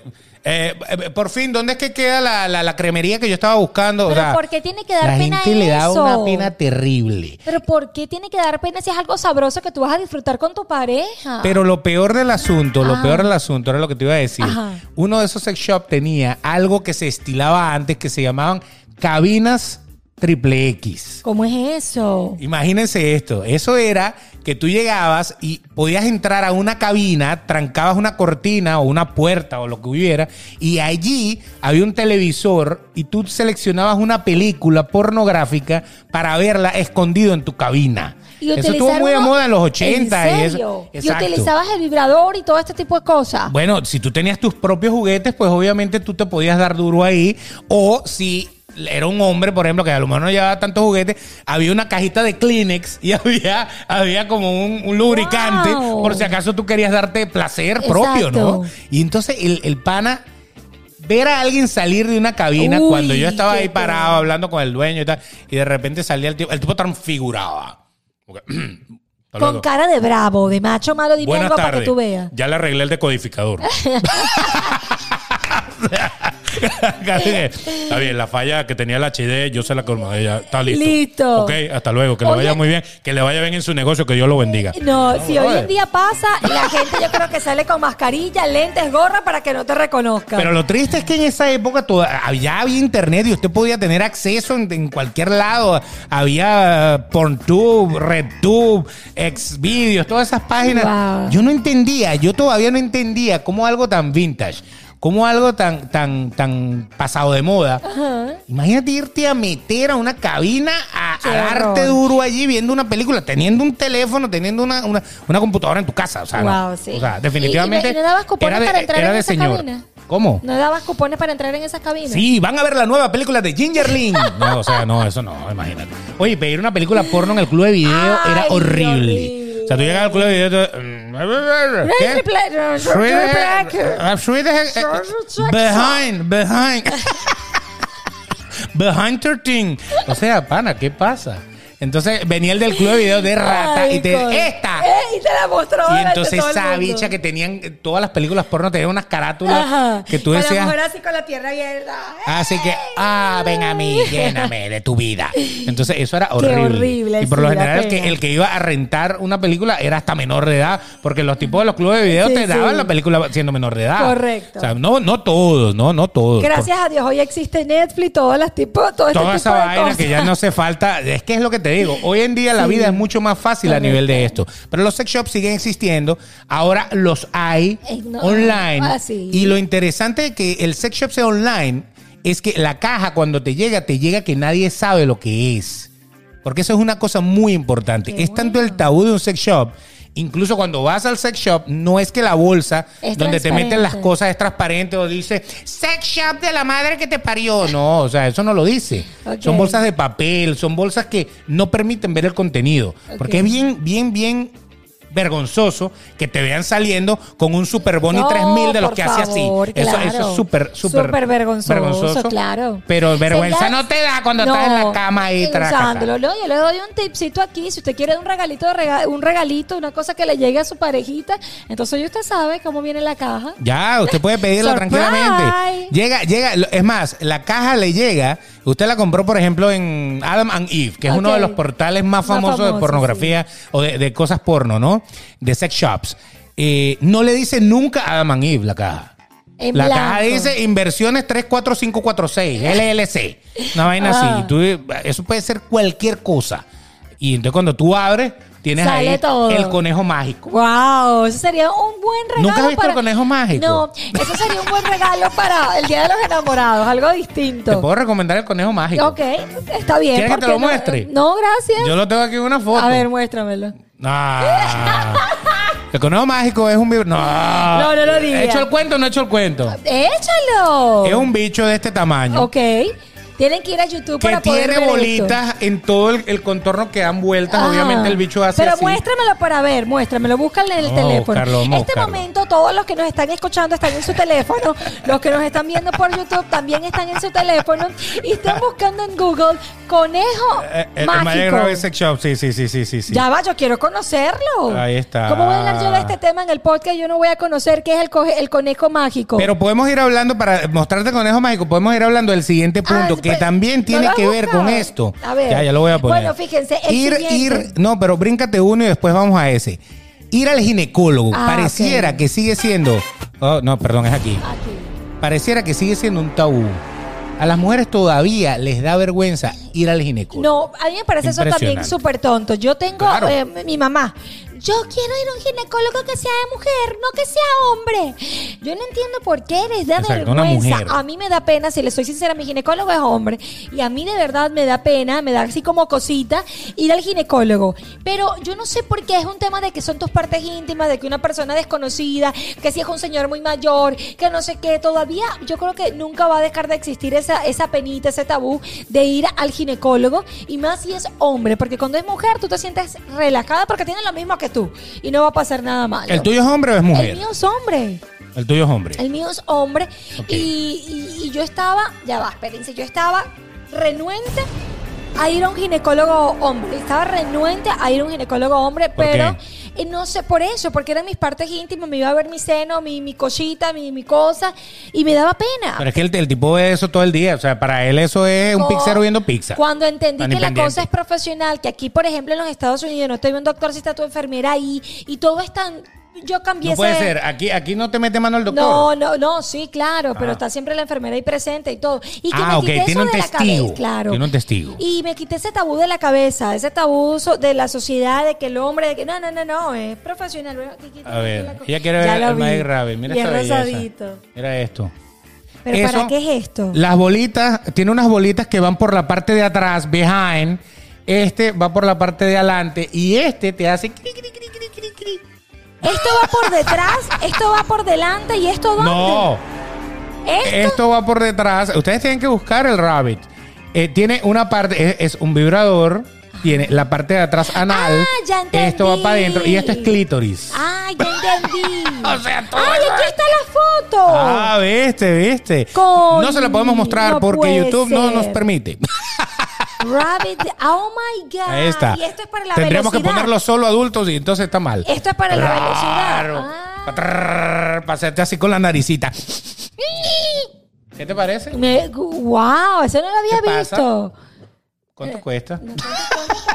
eh, eh, por fin, ¿dónde es que queda la, la- la cremería que yo estaba buscando? O
Pero
sea,
¿por qué tiene que dar
la
pena
gente le da
eso?
una pena terrible.
Pero ¿por qué tiene que dar pena si es algo sabroso que tú vas a disfrutar con tu pareja?
Pero lo peor del asunto, lo
Ajá.
peor del asunto era lo que te iba a decir.
Ah. Ajá.
Uno de esos sex shop tenía algo que se estilaba antes que se llamaban cabinas triple X.
¿Cómo es eso?
Imagínense esto, eso era que tú llegabas y podías entrar a una cabina, trancabas una cortina o una puerta o lo que hubiera, y allí había un televisor y tú seleccionabas una película pornográfica para verla escondido en tu cabina.
Y
eso estuvo
utilizar
muy de
uno-
moda en los 80
¿En
y
serio?
eso. Exacto.
Y utilizabas el vibrador y todo este tipo de cosas.
Bueno, si tú tenías tus propios juguetes, pues obviamente tú te podías dar duro ahí. O si era un hombre, por ejemplo, que a lo mejor no llevaba tantos juguetes, había una cajita de Kleenex y *laughs* había, había como un, un lubricante
Wow.
por si acaso tú querías darte placer
Exacto.
propio, ¿no? Y entonces el, el pana... Ver a alguien salir de una cabina
Uy,
cuando yo estaba
qué
ahí parado
pena.
hablando con el dueño y tal, y de repente salía el tipo, el tipo transfiguraba. *clears throat* Porque- Hasta
Con
luego.
cara de bravo, de macho malo, dime
Buenas
algo para
tardes.
que tú veas.
Ya le arreglé el
*laughs*
decodificador. Está bien, la falla que tenía el HD, yo se la colmé. Ya está listo.
Listo.
Ok, hasta luego. Que le
Oye.
vaya muy bien. Que le vaya bien en su negocio. Que Dios lo bendiga.
No, si hoy
brother.
en día pasa, la gente yo creo que sale con mascarilla, lentes, gorra para que no te reconozcan.
Pero lo triste es que en esa época toda- ya había internet y usted podía tener acceso en, en cualquier lado. Había eh, PornTube, RedTube, Xvideos, todas esas páginas.
Wow.
Yo no entendía, yo todavía no entendía cómo algo tan vintage, cómo algo tan, tan, tan pasado de moda. Imagínate irte a meter a una cabina a,
Qué
a darte
horror.
duro allí viendo una película, teniendo un teléfono, teniendo una, una, una computadora en tu casa. O sea, no.
Wow, sí.
O sea, definitivamente.
¿Y- y no dabas cupones
era de,
para entrar
era
en
de
esa
señor.
cabina?
¿Cómo?
¿No dabas cupones para entrar en esas cabinas?
Sí, van a ver la nueva película de Ginger Lynn. No, o sea, no, eso no, imagínate. Oye, pedir una película porno en el club de video
Ay,
era horrible.
horrible.
O sea, tú llegas al club de video y tú-
Red
¿Qué?
triple- red triple-
Swedish- Swedish- Behind, behind. *laughs* Behind 13. O sea, pana, ¿qué pasa? Entonces venía el del club de video de rata
Ay,
y te
con-
esta.
Eh, y te la mostró.
Y
delante
entonces
todo el
esa
mundo.
bicha que tenían eh, todas las películas porno tenían unas carátulas
Ajá.
que tú
Con la
decías.
mujer así con la tierra abierta.
Así que, ah, ven a mí, lléname de tu vida. Entonces, eso era
Qué
horrible.
horrible,
y por lo
sí, da
general, el que,
pena.
el que iba a rentar una película era hasta menor de edad, porque los tipos de los clubes de video
Sí,
te
sí.
daban la película siendo menor de edad.
Correcto.
O sea, no, no todos, no, no todos.
Gracias a Dios, hoy existe Netflix, todas las tipo, todo este
Toda
tipo
esa
de
vaina
cosas.
que ya no hace falta. Es que es lo que te digo. Hoy en día la vida es mucho más fácil a nivel de esto. Pero los sex shops siguen existiendo. Ahora los hay
Eh, no,
online.
ah, sí.
Y lo interesante de que el sex shop sea online es que la caja cuando te llega, te llega que nadie sabe lo que es. Porque eso es una cosa muy importante.
Qué
es tanto el tabú de un sex shop. Incluso cuando vas al sex shop, no es que la bolsa
Es
donde te meten las
transparente.
cosas es transparente o dice sex shop de la madre que te parió. No, o sea, eso no lo dice.
Ok.
Son bolsas de papel, son bolsas que no permiten ver el contenido. Porque es bien, bien, bien vergonzoso que te vean saliendo con un Super Boni
No,
3000 de los
por
que hace así.
favor,
Eso,
claro.
eso es súper, súper
Súper vergonzoso, claro.
Pero vergüenza
Sería-
no te da cuando estás en la cama ahí
usándolo.
trabajando.
No, yo le doy un tipcito aquí. Si usted quiere un regalito, de rega- un regalito, una cosa que le llegue a su parejita, entonces ya usted sabe cómo viene la caja.
Ya, usted puede pedirla
Surprise.
tranquilamente. Llega, llega, lo- es más, la caja le llega. Usted la compró, por ejemplo, en Adam and Eve, que es uno
Ok.
de los portales más
Más
famosos de
famosos,
pornografía o de, de cosas porno, ¿no? De sex shops. Eh, no le dice nunca Adam and Eve la caja.
En
la
blanco.
caja dice inversiones 34546, LLC. Una vaina así.
Ah.
Y tú- eso puede ser cualquier cosa. Y entonces cuando tú abres, tienes
Sale
ahí
todo.
el conejo mágico.
Wow, eso sería un buen regalo.
¿Nunca has visto
para-
el conejo mágico?
No, eso sería un buen regalo para el Día de los Enamorados, algo distinto.
Te puedo recomendar el conejo mágico.
Ok, está bien.
¿Quieres que
¿por
te
qué
lo
no?
muestre?
No, gracias.
Yo lo tengo aquí en una foto.
A ver, muéstramelo.
Ah. El conejo mágico es un vibrador. No.
No, no lo digas.
¿He hecho el cuento o no he hecho el cuento?
¡Échalo!
Es un bicho de este tamaño.
Ok. Tienen que ir a YouTube
Que
para poder
tiene
ver
bolitas en todo el, el contorno que dan vueltas.
Ajá.
Obviamente el bicho hace
Ah. Pero
así.
muéstramelo para ver, muéstramelo. Búscale en el
Vamos a
teléfono.
buscarlo, vamos a
este
buscarlo.
momento, todos los que nos están escuchando están en su teléfono. los que nos están viendo por YouTube también están en su teléfono. Y están buscando en Google conejo
Eh, eh, el Magic
mágico.
Rabbit Sex Shop, sí, sí, sí, sí, sí. sí.
Ya va, yo quiero conocerlo.
Ahí está.
¿Cómo voy a hablar yo de este tema en el podcast? Yo no voy a conocer qué es el, coge- el conejo mágico.
Pero podemos ir hablando, para mostrarte conejo mágico, podemos ir hablando del siguiente punto,
Ah,
que
pues,
también
¿no
tiene
lo has
que ver con
buscado?
esto.
A ver.
Ya, ya lo voy a poner.
Bueno, fíjense, el
Ir,
siguiente.
ir, no, pero bríncate uno y después vamos a ese. Ir al ginecólogo,
Ah,
pareciera
ok.
que sigue siendo... Oh, no, perdón, es aquí.
Aquí.
Pareciera que sigue siendo un tabú. A las mujeres todavía les da vergüenza ir al ginecólogo.
No, a mí me parece eso también
Impresionante.
súper tonto. Yo tengo
Claro.
eh, mi mamá. Yo quiero ir a un ginecólogo que sea de mujer, no que sea hombre. Yo no entiendo por qué les da
Exacto, una
vergüenza.
mujer.
A mí me da pena, si les soy sincera, mi ginecólogo es hombre. Y a mí de verdad me da pena, me da así como cosita ir al ginecólogo. Pero yo no sé por qué es un tema de que son tus partes íntimas, de que una persona desconocida, que si es un señor muy mayor, que no sé qué. Todavía yo creo que nunca va a dejar de existir esa, esa penita, ese tabú de ir al ginecólogo. Y más si es hombre, porque cuando es mujer tú te sientes relajada porque tiene lo mismo que tú. Y no va a pasar nada malo.
¿El tuyo es hombre o es mujer?
El mío es hombre.
El tuyo es hombre.
El mío es hombre.
Ok.
Y, y- y yo estaba, ya va, espérense, yo estaba renuente a ir a un ginecólogo hombre. Estaba renuente a ir a un ginecólogo hombre,
¿Por
pero eh, no sé por eso, porque eran mis partes íntimas, me iba a ver mi seno, mi, mi cosita, mi, mi cosa, y me daba pena.
Pero es que el, el tipo ve eso todo el día. O sea, para él eso es un
Co-
pizzero viendo pizza.
Cuando entendí
Tan
que la
independiente.
cosa es profesional, que aquí, por ejemplo, en los Estados Unidos, no te ve un doctor si está tu enfermera ahí, y todo es tan. Yo cambié
No puede
ese-
ser. Aquí, aquí no te mete mano el doctor.
No, no, no, sí, claro, pero
Ah.
está siempre la enfermera ahí presente y todo. Y que
Ah,
me
ok,
quité
tiene
eso
un
de la
testigo,
cabeza, claro.
tiene un testigo.
Y me quité ese tabú de la cabeza, ese tabú so- de la sociedad, de que el hombre, de que no, no, no, no, es profesional. bueno, aquí, aquí,
A
aquí la
ver,
co-
ella quiere
Ya
ver
lo
el
vi.
Magic Rabbit. Mira
Y es
esta belleza.
rosadito.
Mira esto.
Pero
Eso,
¿para qué es esto?
Las bolitas, tiene unas bolitas que van por la parte de atrás, behind. Este va por la parte de adelante y este te hace cri, cri, cri, cri, cri, cri.
Esto va por detrás, esto va por delante y esto dónde?
No,
¿Esto?
esto va por detrás. Ustedes tienen que buscar el rabbit. Eh, tiene una parte, es, es un vibrador, tiene la parte de atrás anal.
Ah, ya entendí.
Esto va para adentro y esto es clítoris.
Ah, ya entendí.
*laughs* O sea, todo
Ay,
eso
aquí
es-
está la foto.
Ah, viste, viste.
Con-
No se lo podemos mostrar
no
porque
puede
YouTube no
ser.
nos permite.
Rabbit, oh my God.
Ahí está.
Y esto es para la
Tendríamos
velocidad.
que ponerlo solo adultos y entonces está mal.
Esto es para la velocidad. Ah.
Para hacerte así con la naricita. ¿Qué te parece?
Me- gu- wow, eso no lo había
¿Qué pasa?
visto. Eh,
¿Cuánto cuesta? *laughs*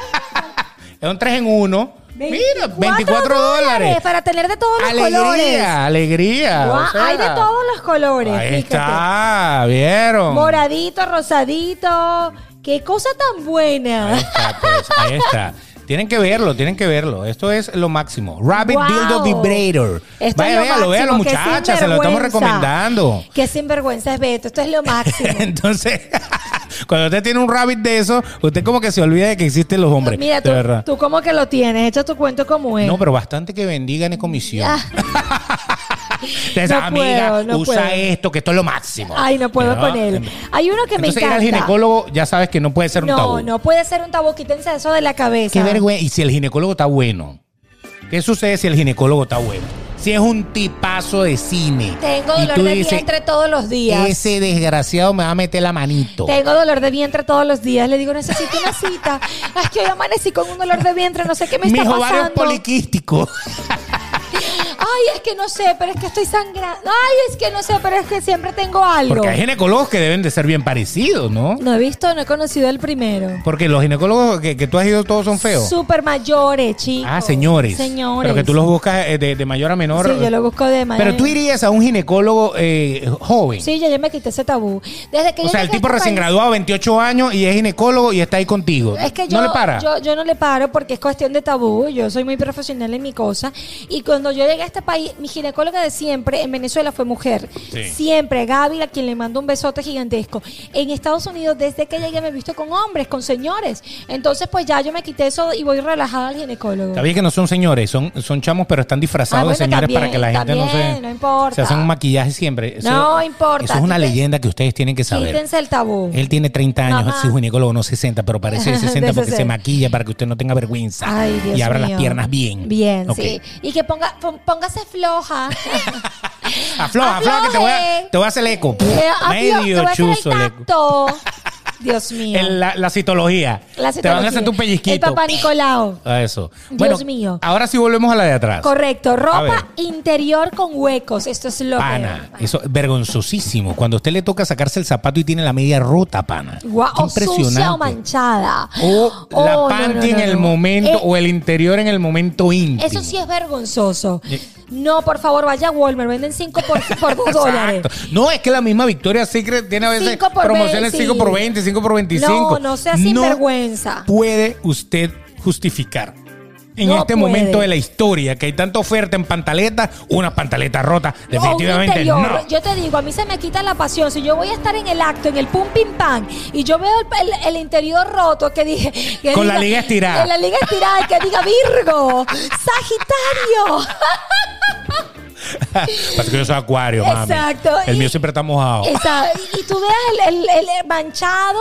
es un 3 en 1. Mira, 24 dólares.
Para tener de todos los colores.
Alegría, alegría.
Guau,
o sea.
hay de todos los colores.
Ahí
fíjate.
está, vieron.
Moradito, rosadito. Qué cosa tan buena.
Ahí está, pues, ahí está. Tienen que verlo, tienen que verlo. Esto es lo máximo. Rabbit
Wow.
Dildo Vibrator.
Esto es
Vaya,
lo
véalo, véalo,
máximo, qué
muchachas. Se lo estamos
sinvergüenza.
recomendando. *laughs*
Qué sinvergüenza es Beto. Esto es lo máximo.
Entonces, *laughs* cuando usted tiene un rabbit de eso, usted como que se olvida de que existen los hombres.
Mira,
de verdad.
tú, tú cómo que lo tienes. Echa tu cuento como es.
No, pero bastante que bendigan es comisión. *laughs*
Ah.
Entonces,
No
amiga,
puedo, no
usa
puedo.
esto, que esto es lo máximo.
Ay, no puedo
No,
con él. Hay uno que
em, Entonces,
me
ir
encanta.
al ginecólogo, ya sabes que no puede ser un
no,
tabú.
no puede ser un tabú. Quítense eso de la cabeza.
Qué vergüenza. Y si el ginecólogo está bueno. ¿Qué sucede si el ginecólogo está bueno? Si es un tipazo de cine.
Tengo
y
dolor
tú
de
dices,
vientre todos los días.
Ese desgraciado me va a meter la manito.
Tengo dolor de vientre todos los días. Le digo, necesito
*laughs*
una cita. Es que hoy amanecí con un dolor de vientre. No sé qué me
Mis
está
ovarios
pasando.
poliquísticos.
Ay, es que no sé, pero es que estoy sangrando. Ay, es que no sé, pero es que siempre tengo algo.
Porque hay ginecólogos que deben de ser bien parecidos, ¿no?
No he visto, no he conocido el primero.
Porque los ginecólogos que, que tú has ido todos son feos.
Super mayores, chicos.
ah, señores.
Señores.
Pero que tú los buscas eh, de, de mayor a menor.
Sí, yo lo busco de mayor.
Pero tú irías a un ginecólogo eh, joven.
Sí, ya yo me quité ese tabú. Desde que
o
yo
sea, el
llegué a
tipo
este
recién
país-
graduado, 28 años, y es ginecólogo y está ahí contigo.
Es que yo,
¿No le para?
Yo, yo no le paro porque es cuestión de tabú. Yo soy muy profesional en mi cosa. Y cuando yo llegué a este este país, mi ginecóloga de siempre en Venezuela fue mujer.
Sí.
Siempre, Gaby, a quien le mando un besote gigantesco. En Estados Unidos, desde que llegué, me he visto con hombres, con señores. Entonces, pues ya yo me quité eso y voy relajada al ginecólogo.
Está bien que no son señores, son, son chamos, pero están disfrazados
Ah,
de
bueno,
señores
también,
para que la gente no se.
también, no importa.
Se hacen un maquillaje siempre. Eso-
No importa.
Eso es una
Quítense-
leyenda que ustedes tienen que saber.
Quítense el tabú.
Él tiene 30 años,
Ajá.
su ginecólogo no 60, pero parece de 60
*laughs* De
porque se
60.
maquilla para que usted no tenga vergüenza
Ay, Dios
y abra
mío.
las piernas bien.
Bien,
Ok.
sí. Y que ponga, pon- póngase
*laughs*
floja.
Afloja, afloja, que te voy, a, te voy a hacer el eco.
Eh, aflo- te voy a hacer el
el eco.
tacto. Dios mío.
El- la, la citología.
La
Te van a hacer
citología.
tu pellizquito.
El papá Nicolau.
A eso.
Dios
bueno,
mío.
Ahora sí volvemos a la de atrás.
Correcto,
A ver.
ropa interior con huecos. Esto es lo
Pana,
que.
eso es vergonzosísimo. Cuando a usted le toca sacarse el zapato y tiene la media rota, pana.
Guau,
Qué
o sucia o manchada. *gasps*
O la
Oh, no,
panty
no, no,
en el
no.
momento,
Eh,
o el interior en el momento íntimo.
Eso sí es vergonzoso.
Eh.
No, por favor, vaya a Walmart, venden 5
*laughs*
por, por 2 dólares.
Exacto. No, es que la misma Victoria Secret tiene a veces
Cinco por
promociones
veinte,
5
sí.
por 20, 5 por 25.
No, no sea sinvergüenza.
puede usted justificar en
No
este
puede.
momento de la historia que hay tanta oferta en pantaletas, unas pantaletas rotas.
O un
Definitivamente
interior.
no.
Yo te digo, a mí se me quita la pasión. Si yo voy a estar en el acto, en el pum pim pam, y yo veo el, el- el interior roto, que dije. que
Con la
diga-
liga estirada.
Con la liga estirada, que diga Virgo,
*laughs*
Sagitario.
*laughs* Pasa que yo soy acuario, mami.
Exacto.
El
Y-
mío siempre está mojado.
Esa- y tú veas el, el- el manchado,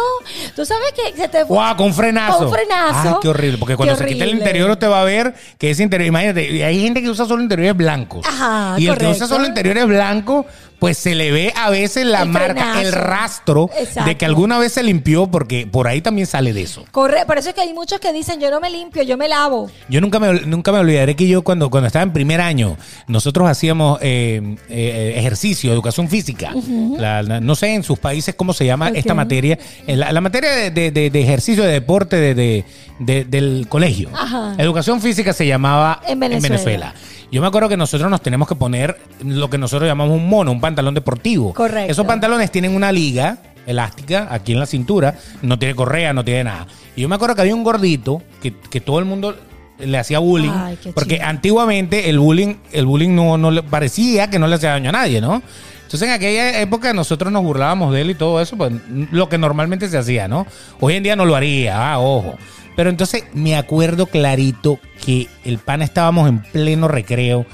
tú sabes que se te
¡Wow! Con frenazo.
Con frenazo.
Ay, qué horrible. Porque cuando
Qué
se quita el
horrible.
interior, usted va a ver que ese interior. Imagínate, y hay gente que usa solo interiores blancos.
Ajá,
Y el que
correcto.
usa solo interiores blancos, pues se le ve a veces la
El
marca, el
frenazo.
rastro de que
Exacto.
alguna vez se limpió, porque por ahí también sale de eso.
Corre, por eso es que hay muchos que dicen, yo no me limpio, yo me lavo.
Yo nunca me, nunca me olvidaré que yo cuando, cuando estaba en primer año, nosotros hacíamos eh, eh, ejercicio, educación física. La- la- no sé en sus países cómo se llama
Ok.
esta materia. Eh, La, la materia de, de- de- de ejercicio, de deporte de, de- de- del colegio.
Ajá.
Educación física se llamaba
En Venezuela.
Yo me acuerdo que nosotros nos tenemos que poner lo que nosotros llamamos un mono, un pantalón deportivo.
Correcto.
Esos pantalones tienen una liga elástica aquí en la cintura, no tiene correa, no tiene nada. Y yo me acuerdo que había un gordito que, que todo el mundo le hacía bullying,
Ay, qué
porque
chido.
antiguamente el bullying, el bullying no, no le parecía que no le hacía daño a nadie, ¿no? Entonces en aquella época nosotros nos burlábamos de él y todo eso, pues lo que normalmente se hacía, ¿no? Hoy en día no lo haría, ah, ojo. Pero entonces me acuerdo clarito que el pana estábamos en pleno recreo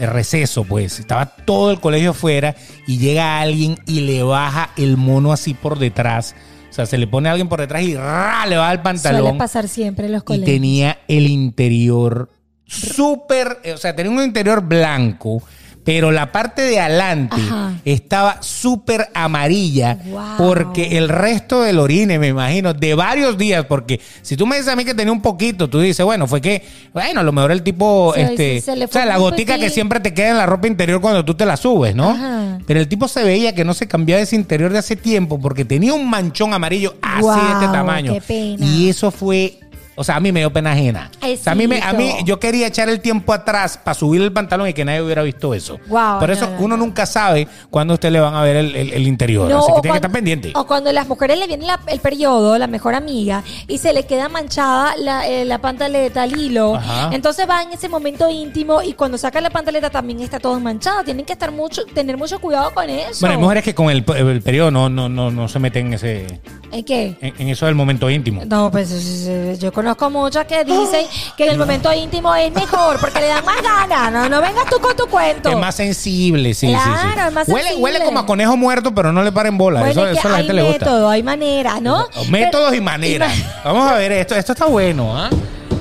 el receso, pues. Estaba todo el colegio afuera y llega alguien y le baja el mono así por detrás. O sea, se le pone a alguien por detrás y ¡ra! le baja el
Suele
pantalón.
pasar siempre en los
Y
colegios.
tenía el interior súper, eh, o sea, tenía un interior blanco, pero la parte de adelante
Ajá.
estaba súper amarilla
Guau.
porque el resto del orine, me imagino, de varios días, porque si tú me dices a mí que tenía un poquito, tú dices, bueno, fue que, bueno, a lo mejor el tipo,
Sí,
este,
sí, se le
o sea,
fue
la
un
gotica que
poquito.
siempre te queda en la ropa interior cuando tú te la subes, ¿no?
Ajá.
Pero el tipo se veía que no se cambiaba ese interior de hace tiempo porque tenía un manchón amarillo así de este
Guau,
tamaño.
qué pena.
Y eso fue. O sea, a mí me dio pena ajena.
Ay,
O sea, a, mí me- a mí
sí.
yo quería echar el tiempo atrás para subir el pantalón y que nadie hubiera visto eso.
Guau,
Por
no,
eso
no,
uno nunca sabe cuándo a usted le van a ver el, el- el interior.
No,
Así que
o
tiene que estar pendiente.
O cuando a las mujeres le viene la- el periodo, la mejor amiga, y se le queda manchada la, eh, la pantaleta al hilo.
Ajá.
Entonces va en ese momento íntimo y cuando saca la pantaleta también está todo manchado. Tienen que estar mucho, tener mucho cuidado con eso.
Bueno, hay mujeres que con el, el periodo no, no, no, no se meten en ese.
¿En ¿Eh, qué?
En, en eso del momento íntimo.
No, pues eh, yo conozco muchas que
*gasps*
dicen que en el momento íntimo es mejor porque le dan más ganas. No, no vengas tú con tu cuento.
Es más sensible, sí, sí, sí.
Claro, es más
huele,
sensible.
huele como a conejo muerto, pero no le paren bola.
Bueno,
eso
es que
eso a la
hay
gente le gusta.
método, hay manera, ¿no?
Oh, Métodos
Oh, Pero-
y maneras.
y ma-
*laughs* Vamos a ver esto. Esto está bueno, ¿ah?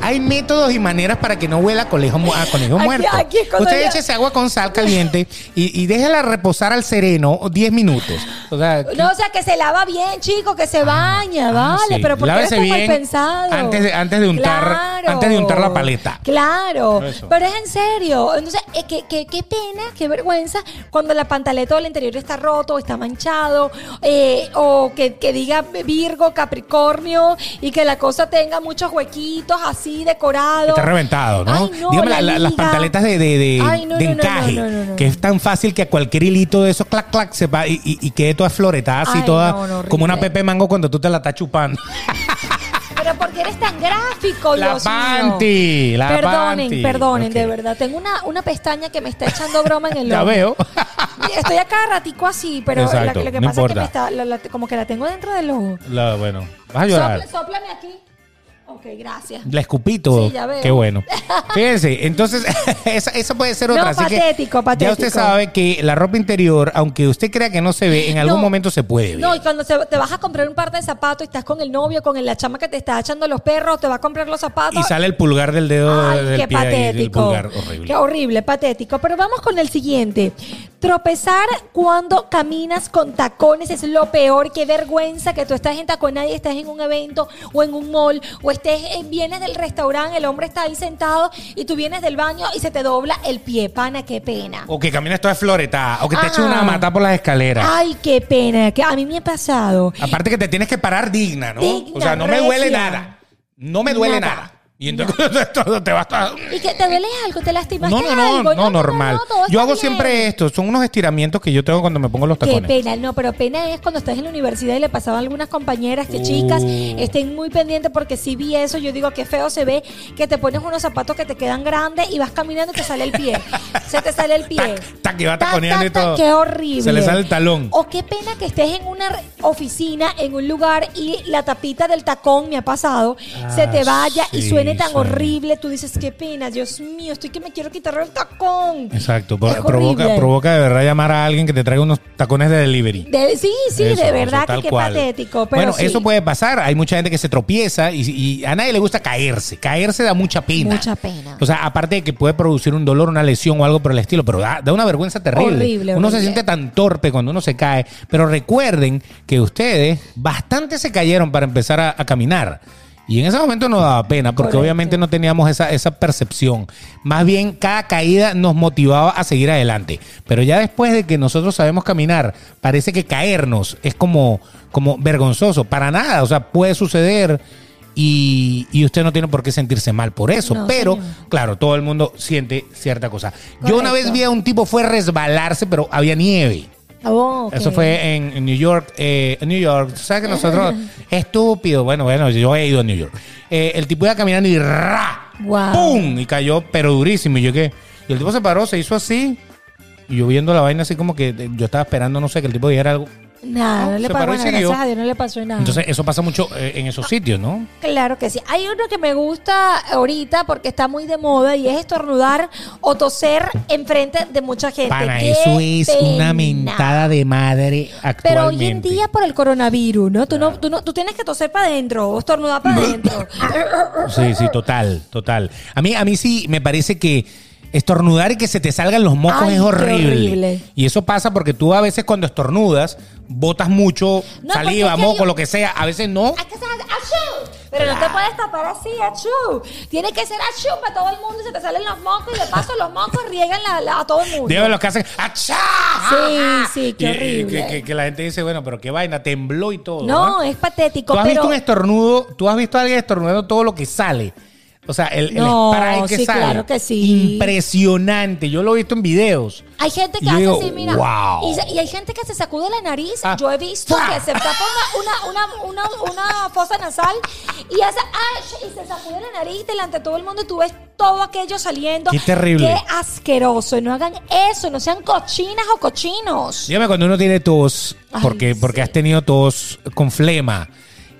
Hay métodos y maneras para que no huela a conejo, mu- a conejo
*laughs* Aquí-
muerto.
aquí es cuando
Usted
yo-
eche ese agua con sal caliente y, y déjela reposar al sereno 10 minutos. O sea, que-
No, o sea, que se lava bien, chico, que se baña,
ah,
vale,
sí.
pero ¿por qué eres
Lávese
tan
bien
mal pensado?
antes de- antes de untar- antes de untar la paleta.
Claro,
Eso.
pero es en serio. Entonces, eh, qué, qué- qué pena, qué vergüenza cuando la pantaleta del interior está roto, está manchado, eh, o que, que diga Virgo, Capricornio, y que la cosa tenga muchos huequitos así decorados.
Está reventado, ¿no?
Ay, no,
Dígame
la
la- la- las
liga.
pantaletas de, de, de-
Ay, no,
de
no, no,
encaje,
no, no, no, no.
que es tan fácil que a cualquier hilito de esos clac, clac, se va y, y- y quede toda floretada así,
Ay,
toda
no, no, horrible.
como una pepe mango cuando tú te la estás chupando.
Pero pero porque eres tan gráfico,
La
Oh, Dios mío.
panty, la
perdonen,
panty.
perdonen, de
Ok.
verdad. Tengo una, una pestaña que me está echando broma en el
*laughs* Ya
ojo.
veo.
Estoy acá ratico así, pero la-
Exacto,
lo que
no
pasa es que
importa.
me está, la- la- como que la tengo dentro del ojo.
La- bueno, vas a llorar.
Sopla- Sóplame aquí. Ok, gracias.
La escupí todo.
Sí, ya veo.
Qué
*laughs*
bueno. Fíjense, entonces, *laughs* esa, esa puede ser
No,
otra. así que
patético,
Ya
patético.
usted sabe que la ropa interior, aunque usted crea que no se ve, en algún
No.
momento se puede ver.
No, y cuando se- te vas a comprar un par de zapatos y estás con el novio, con el- la chama que te está echando los perros, te va a comprar los zapatos.
y sale el pulgar del dedo
Ay,
del
qué
pie ahí, del
patético.
pulgar. Horrible.
Qué horrible, patético. Pero vamos con el siguiente. Tropezar cuando caminas con tacones es lo peor. Qué vergüenza que tú estás en taconada y estás en un evento o en un mall o estés en- vienes del restaurante, el hombre está ahí sentado y tú vienes del baño y se te dobla el pie, pana, qué pena.
O que caminas toda floretada. O que te
Ajá.
eches una mata por las escaleras.
Ay, qué pena, que a mí me ha pasado.
Aparte que te tienes que parar digna, ¿no?
Digna,
o sea, no me duele
recia.
nada. No me duele
Nada.
nada. Y entonces *laughs* todo te vas a...
Y que te duele algo, te lastimaste
No, no, no,
algo.
no, normal.
no, todo
Yo
está
hago
bien.
siempre esto. Son unos estiramientos que yo tengo cuando me pongo los
Qué
tacones.
pena, no, pero pena es cuando estás en la universidad y le pasaba a algunas compañeras que
Uh.
chicas estén muy pendientes porque si vi eso, yo digo que feo se ve que te pones unos zapatos que te quedan grandes y vas caminando y te sale el pie.
*laughs*
se te sale el pie.
Tac, tac, y va taconeando y todo.
Qué horrible. Oh,
Se le sale el talón.
O qué pena que estés en una re- oficina, en un lugar y la tapita del tacón, me ha pasado,
Ah,
se te vaya y
sí,
suene tan
sí.
horrible. Tú dices, qué pena, Dios mío, estoy que me quiero quitar el tacón.
Exacto,
Es
pro- provoca,
horrible.
provoca de verdad llamar a alguien que te traiga unos tacones de delivery.
De- sí, sí,
Eso,
de
eso,
verdad
tal
que qué
cual.
patético. Pero
bueno,
sí.
eso puede pasar. Hay mucha gente que se tropieza y, y a nadie le gusta caerse. Caerse da mucha pena.
Mucha pena.
O sea, aparte de que puede producir un dolor, una lesión o algo por el estilo, pero da, da una vergüenza terrible.
Horrible,
uno se
horrible.
siente tan torpe cuando uno se cae. Pero recuerden que ustedes bastante se cayeron para empezar a, a caminar. Y en ese momento no daba pena, porque
Correcto.
obviamente no teníamos esa, esa percepción. Más bien, cada caída nos motivaba a seguir adelante. Pero ya después de que nosotros sabemos caminar, parece que caernos es como, como vergonzoso. Para nada, o sea, puede suceder y, y usted no tiene por qué sentirse mal por eso.
No,
pero,
señor.
claro, todo el mundo siente cierta cosa. Yo una
Correcto.
vez vi a un tipo, fue a resbalarse, pero había nieve.
Oh, ok.
Eso fue en, en New York. eh, en New York, tú sabes que
*laughs*
nosotros, estúpido, bueno, bueno, yo he ido a New York. Eh, el tipo iba caminando y ¡ra!
Guau.
¡Pum! Y cayó, pero durísimo. Y yo qué. Y el tipo se paró, se hizo así. Y yo viendo la vaina así como que eh, yo estaba esperando, no sé, que el tipo dijera algo.
Nada, no,
No,
le
se
pasó
paró y
bueno,
siguió.
gracias a Dios no le pasó nada.
Entonces, eso pasa mucho eh, en esos sitios, ¿no?
claro que sí. Hay uno que me gusta ahorita porque está muy de moda y es estornudar o toser enfrente de mucha gente.
Pana,
Este, ¡Qué
eso es una
pena!
mentada de madre actualmente.
Pero hoy en día por el coronavirus, ¿no? Tú no, tú no, tú tienes que toser para adentro o estornudar
*laughs*
para adentro.
Sí, sí, total, total. A mí, a mí sí me parece que estornudar y que se te salgan los mocos
Ay,
es
qué
horrible.
horrible.
Y eso pasa porque tú a veces cuando estornudas, botas mucho
No,
saliva,
porque es que
moco,
hay-
lo que sea. A veces no.
Hay que hacer achú. Pero no te puedes tapar así, achú. Tiene que ser achú para todo el mundo y se te salen los mocos y de paso los mocos riegan la- la- a todo el mundo.
Digo los que hacen ¡Achá!
Sí, sí, qué
Y- y
horrible.
que, que- que la gente dice, bueno, pero qué vaina, tembló y todo.
No,
¿ah?
es patético.
Tú has
pero...
visto un estornudo, tú has visto a alguien estornudando todo lo que sale. O sea, el, el
No,
spray que
sí,
sale.
claro que sí.
Impresionante. Yo lo he visto en videos.
Hay gente que
Yo
hace
digo,
así, mira.
"Wow".
Y, se- y hay gente que se sacude la nariz.
Ah.
Yo he visto
¡Fua!
que se tapa una, una, una, una, una fosa nasal y hace ¡ay! y se sacude la nariz delante de todo el mundo y tú ves todo aquello saliendo.
Qué terrible.
Qué asqueroso. No hagan eso. No sean cochinas o cochinos.
Dígame cuando uno tiene tos,
Ay,
porque, porque
sí.
has tenido tos con flema.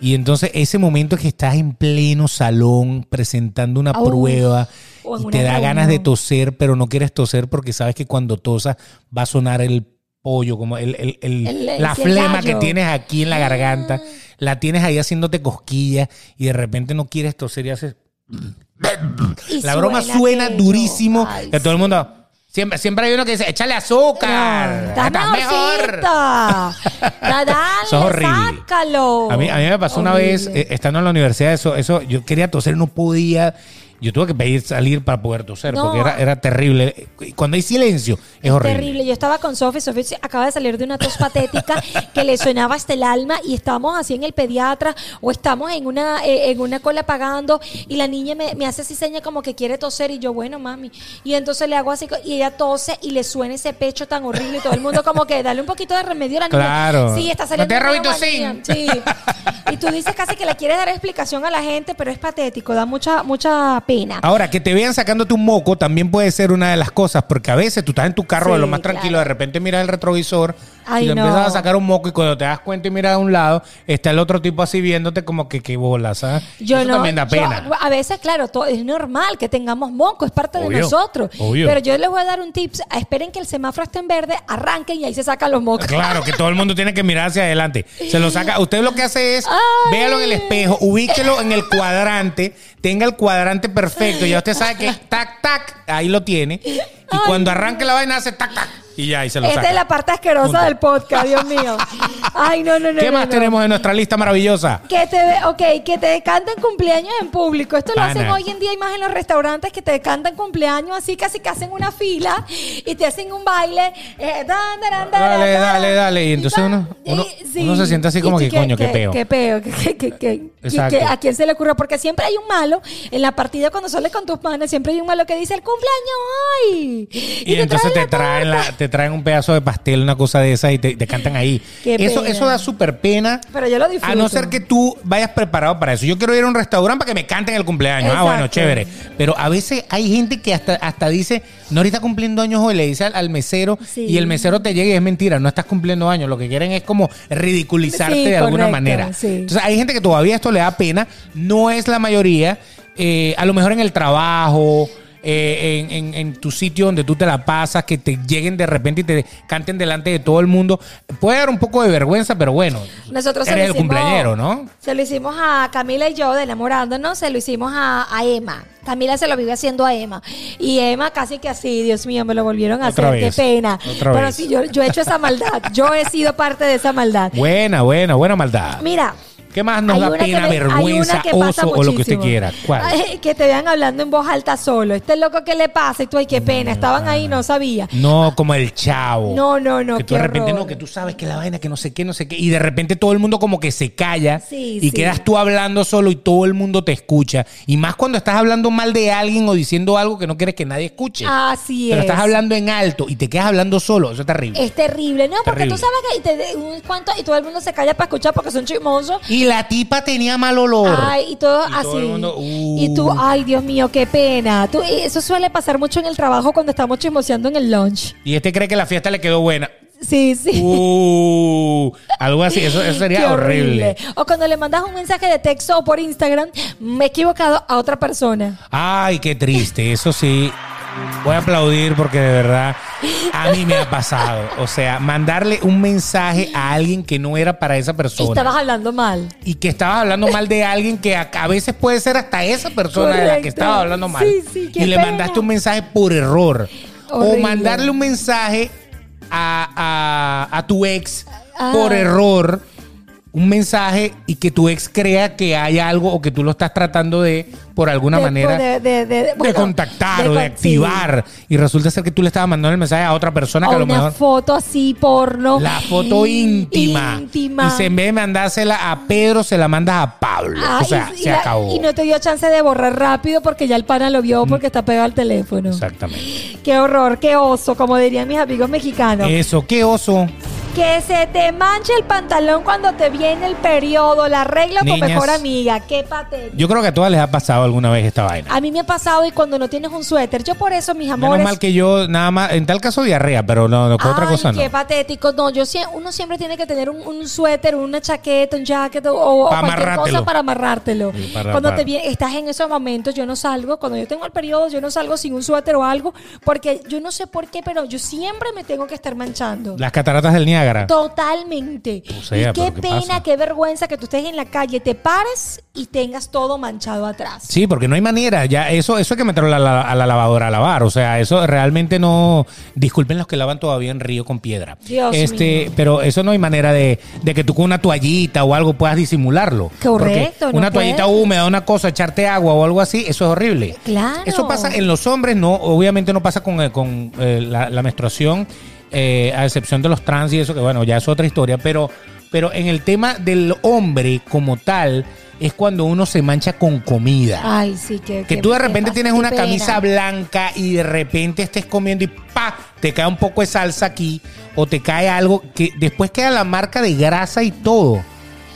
Y entonces ese momento que estás en pleno salón presentando una
Uf,
prueba
o en
y
una
te da ganas de
reunión.
toser, pero no quieres toser porque sabes que cuando tosas va a sonar el pollo, como el, el- el-
El- Ah. el-
la
sí, el
flema que
gallo.
tienes aquí en la garganta, la tienes ahí haciéndote cosquillas y de repente no quieres toser y haces...
Y
la broma suena
aquello.
durísimo
Ay,
que todo el mundo... Siempre, siempre hay uno que dice, échale azúcar,
No, Estás
estás
mejor.
*laughs*
Dale,
Eso es horrible.
sácalo.
A mí, a mí me pasó una
Horrible.
vez, eh, estando en la universidad, eso, eso, yo quería toser, no podía. Yo tuve que pedir salir para poder toser
No.
porque era, era terrible. Cuando hay silencio es horrible.
Terrible. Yo estaba con Sofi. Sofi se- acaba de salir de una
*laughs*
tos patética que le sonaba hasta el alma y estábamos así en el pediatra o estamos en una eh, en una cola pagando y la niña me, me hace así seña como que quiere toser y yo, bueno, mami. Y entonces le hago así co- y ella tose y le suena ese pecho tan horrible y todo el mundo como que dale un poquito de remedio a la niña.
Claro.
Sí, está saliendo
No te
una
robes tu
neumonía.
zinc.
Sí. Y tú dices casi que le quieres dar explicación a la gente, pero es patético, da mucha mucha pena.
Ahora, que te vean sacándote un moco también puede ser una de las cosas, porque a veces tú estás en tu carro de
Sí,
lo más tranquilo,
claro.
de repente miras el retrovisor
Ay,
y le
no.
empiezas a sacar un moco y cuando te das cuenta y miras a un lado, está el otro tipo así viéndote como que qué bola, ¿sabes?
Yo
Eso
no.
también da
yo-
pena.
a veces, claro, to- es normal que tengamos moco, es parte
Obvio,
de nosotros.
obvio.
Pero yo les voy a dar un tips. Esperen que el semáforo esté en verde, arranquen y ahí se sacan los mocos.
Claro, que todo el mundo tiene que mirar hacia adelante. Se lo saca. Usted lo que hace es, véalo en el espejo, ubíquelo en el cuadrante, tenga el cuadrante perfecto. Ya usted sabe que tac, tac, ahí lo tiene. Y cuando arranque la vaina hace tac, tac. Y ya, ahí se lo
Esta
saca.
Este es la parte asquerosa
Punto.
del podcast,
*laughs*
Dios mío. Ay, no, no, no.
¿Qué
no,
más
no.
tenemos en nuestra lista maravillosa?
Que te, ve- ok, que te canten cumpleaños en público. Esto lo hacen
Pana.
hoy en día y más en los restaurantes que te cantan cumpleaños así, casi que hacen una fila y te hacen un baile. eh, dan, dan, dan, dan,
Dale,
dan,
dale,
dan.
dale. Y entonces
dan,
uno- uno-
y- sí.
uno se siente así
Y
como que,
tú,
coño, qué peo.
Qué peo, que- que- que- que-
Exacto.
que- ¿A quién se le ocurrió? Porque siempre hay un malo en la partida cuando sales con tus manos, siempre hay un malo que dice el cumpleaños hoy.
Y, entonces te traen,
torta.
la, te traen un pedazo de pastel, una cosa de esas, y te, te cantan ahí.
Qué
Eso,
pena.
eso da súper pena.
Pero yo lo disfruto.
A no ser que tú vayas preparado para eso. Yo quiero ir a un restaurante para que me canten el cumpleaños. Ah,
Exacto.
bueno, chévere. Pero a veces hay gente que hasta, hasta dice, no ahorita cumpliendo años hoy, le dice al, al mesero
Sí.
y el mesero te llega y es mentira, no estás cumpliendo años. Lo que quieren es como ridiculizarte
Sí,
de alguna
correcto,
manera.
sí.
Entonces hay gente que todavía esto le da pena, no es la mayoría. Eh, a lo mejor en el trabajo. eh, en, en- en tu sitio donde tú te la pasas, que te lleguen de repente y te canten delante de todo el mundo. Puede dar un poco de vergüenza, pero bueno.
Nosotros se
eres
lo
el
hicimos-
cumpleañero, ¿no?
Se lo hicimos a Camila y yo de enamorándonos, se lo hicimos a, a Emma. Camila se lo vive haciendo a Emma. Y Emma casi que así, Dios mío, me lo volvieron a
Otra
hacer,
vez,
qué pena.
otra
Pero
vez.
sí, yo, yo he hecho esa maldad, yo he sido parte de esa maldad.
Buena, buena, buena maldad.
Mira.
¿Qué más nos
hay
da
una que
pena,
me- hay una
vergüenza,
que pasa
oso o lo que usted
muchísimo.
quiera? ¿Cuál?
Ay, que te vean hablando en voz alta solo. Este loco, ¿qué le pasa? Y tú, ay, qué pena, estaban ahí, no sabía.
No, como el chavo.
No, no, no,
Que tú
qué
de repente,
horror.
no, que tú sabes que la vaina, que no sé qué, no sé qué. Y de repente todo el mundo como que se calla.
Sí,
y
sí.
quedas tú hablando solo y todo el mundo te escucha. Y más cuando estás hablando mal de alguien o diciendo algo que no quieres que nadie escuche.
Así
Pero
es.
estás hablando en alto y te quedas hablando solo. Eso es terrible.
Es terrible, ¿no? Porque
Terrible.
tú sabes que y te de- un cuanto y todo el mundo se calla para escuchar porque son chismosos.
Y la tipa tenía mal olor.
Ay, y todo
Y
así.
todo el mundo, uh.
Y tú, ay, Dios mío, qué pena. Tú, y eso suele pasar mucho en el trabajo cuando estamos chismoseando en el lunch.
Y este cree que la fiesta le quedó buena.
Sí, sí.
Uh, algo así. Eso, eso
*laughs* Qué
sería horrible.
O cuando le mandas un mensaje de texto o por Instagram, me he equivocado a otra persona.
Ay, qué triste, eso sí. Voy a aplaudir porque de verdad a mí me ha pasado. O sea, mandarle un mensaje a alguien que no era para esa
Y estabas
persona.
hablando mal.
Y que estabas hablando mal de alguien que a, a veces puede ser hasta esa persona de la que
Correcto.
estaba hablando mal.
Sí, sí, qué
y le
pena.
mandaste un mensaje por error. O
Horrible.
mandarle un mensaje a, a- a tu ex
Ah.
por error. Un mensaje y que tu ex crea que hay algo o que tú lo estás tratando de, por alguna
De-
manera
de- de- de-
de
bueno,
contactar o de
con- sí.
activar. Y resulta ser que tú le estabas mandando el mensaje a otra persona que
O
a lo
una
mejor.
foto así, porno.
La foto íntima.
Íntima.
Y se, en vez de mandársela a Pedro, se la mandas a Pablo.
Ah,
o sea,
y- y
se
la-
acabó. Mm.
Y no te dio chance de borrar rápido porque ya el pana lo vio porque está pegado al teléfono.
Exactamente.
Qué horror, qué oso, como dirían mis amigos mexicanos.
Eso, qué oso.
Que se te manche el pantalón cuando te viene el periodo, la regla con
Niñas.
mejor amiga, qué patético.
Yo creo que a todas les ha pasado alguna vez esta vaina.
A mí me ha pasado y cuando no tienes un suéter, yo por eso, mis amores.
Menos mal que yo, nada más, en tal caso diarrea, pero no, no, que otra
Ay,
cosa no.
qué patético. No, yo sie- uno siempre tiene que tener un, un suéter, una chaqueta, un jacket o, o
Pa'
cualquier
amarrártelo.
cosa para amarrártelo.
Sí, para-
cuando
para.
te viene- estás en esos momentos, yo no salgo. Cuando yo tengo el periodo, yo no salgo sin un suéter o algo, porque yo no sé por qué, pero yo siempre me tengo que estar manchando.
Las cataratas del Niágara.
Totalmente.
O sea,
y qué
pero ¿qué
pena,
pasa?
qué vergüenza que tú estés en la calle, te pares y tengas todo manchado atrás.
Sí, porque no hay manera. Ya eso, eso hay que meterlo a la, a la lavadora a lavar. O sea, eso realmente no. Disculpen los que lavan todavía en río con piedra.
Dios
este,
mío.
pero eso no hay manera de, de que tú con una toallita o algo puedas disimularlo.
Correcto,
Porque
no
una toallita
puedes.
húmeda, una cosa, echarte agua o algo así, eso es horrible.
Claro.
Eso pasa en los hombres, no, obviamente no pasa con, eh, con, eh, la, la menstruación, eh, a excepción de los trans y eso, que bueno, ya es otra historia, pero, pero en el tema del hombre como tal, es cuando uno se mancha con comida.
Ay, sí, que.
Que
que-
tú de
que
repente
pas-
tienes
qué
una
pena.
camisa blanca y de repente estés comiendo y pa, te cae un poco de salsa aquí o te cae algo que después queda la marca de grasa y todo.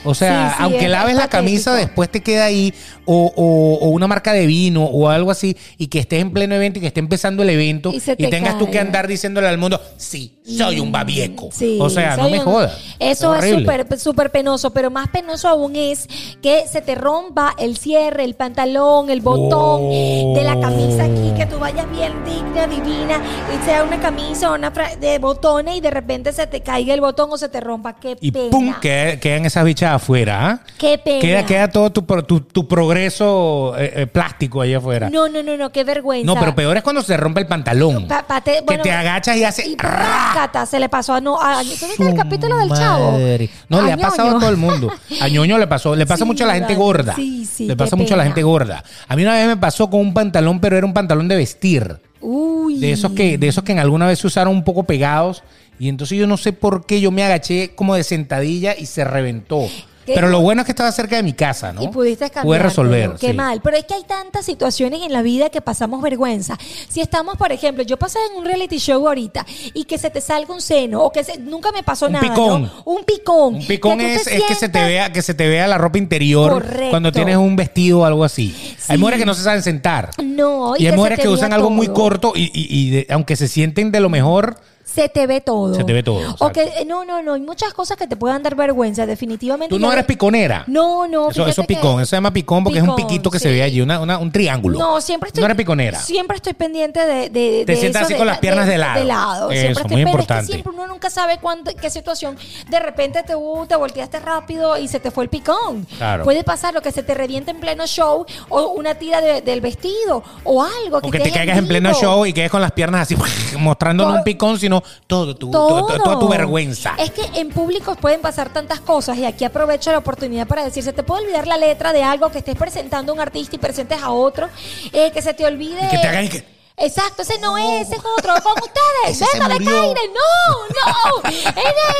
O sea,
Sí, sí,
aunque
es-
laves
es
la camisa,
patético.
después te queda ahí o, o- o una marca de vino o algo así y que estés en pleno evento y que esté empezando el evento y,
Y se te
tengas tú que
caiga.
andar diciéndole al mundo, sí, soy un babieco.
Sí,
o sea, no
soy
me
un-
jodas.
Eso es
horrible.
súper súper penoso, pero más penoso aún es que se te rompa el cierre, el pantalón, el botón
Oh.
de la camisa aquí, que tú vayas bien digna, divina, y sea una camisa o una fra- de botones y de repente se te caiga el botón o se te rompa. Qué
Y
pena.
pum, queda- quedan esas bichas afuera. ¿ah?
Qué pena.
Queda, queda todo tu, pro- tu, tu progreso eh, eh, plástico allá afuera. No,
No, no, no, no, qué vergüenza.
pero peor es cuando se rompe el pantalón.
Pa- pa- te-
que
bueno,
te agachas y hace.
Y rácata, se le pasó a no a, ¿tú viste el
¡Su
capítulo del chavo?
madre! No, le ha pasado a
Ñoño.
todo el mundo. A ñoño le pasó, le pasa
Sí,
mucho a la gente
vale.
gorda.
Sí, sí,
le
qué
pasa mucho a la
pena.
gente gorda. A mí una vez me pasó con un pantalón, pero era un pantalón de vestir.
Uy.
De esos que, de esos que en alguna vez se usaron un poco pegados. Y entonces yo no sé por qué yo me agaché como de sentadilla y se reventó.
¿Qué?
Pero lo bueno es que estaba cerca de mi casa, ¿no?
Y pudiste cambiar.
Pude resolver.
Qué
sí.
mal. Pero es que hay tantas situaciones en la vida que pasamos vergüenza. Si estamos, por ejemplo, yo pasé en un reality show ahorita y que se te salga un seno o que se- nunca me pasó
Un
nada.
picón.
¿no? Un picón.
Un picón
tú te
es, es que se te
sientas-
vea, que se te vea la ropa interior
Correcto.
cuando tienes un vestido o algo así. Hay
Sí.
mujeres que no se saben sentar.
No, y,
y hay
se
mujeres
te
que
vea
usan algo muy
todo.
corto y, y- y de- aunque se sienten de lo mejor,
Se te ve todo.
Se te ve todo,
O que,
exacto.
eh, no, no, no. Hay muchas cosas que te puedan dar vergüenza, definitivamente.
tú no
Yo-
eres piconera.
No, no.
Eso,
fíjate
eso es
que-
picón, eso se llama picón porque es un
Picón,
piquito que se
sí.
ve allí, una- una- un triángulo.
No, siempre estoy.
No eres piconera.
Siempre estoy pendiente de. de
Te
de
sientas
eso,
así
de-
con las piernas de lado.
De lado.
Eso,
siempre estoy
muy
pendiente.
importante.
Es que siempre uno nunca sabe cuándo, qué situación. De repente te, uh, te volteaste rápido y se te fue el picón.
Claro.
Puede pasar lo que se te reviente en pleno show o una tira de- del vestido o algo.
O que te
estés
caigas en pleno
vivo.
show y quedes con las piernas así, *laughs* mostrando no
Todo-
un picón, sino todo tu,
Todo.
to- to- toda tu vergüenza.
Es que en público pueden pasar tantas cosas y aquí aprovecho la oportunidad para decir, se te puede olvidar la letra de algo que estés presentando a un artista y presentes a otro, eh, que se te olvide...
Y que te hagan y que-
Exacto, ese no es, ese es otro, con ustedes,
Ese se
venga de
murió.
Caire, no, no, ella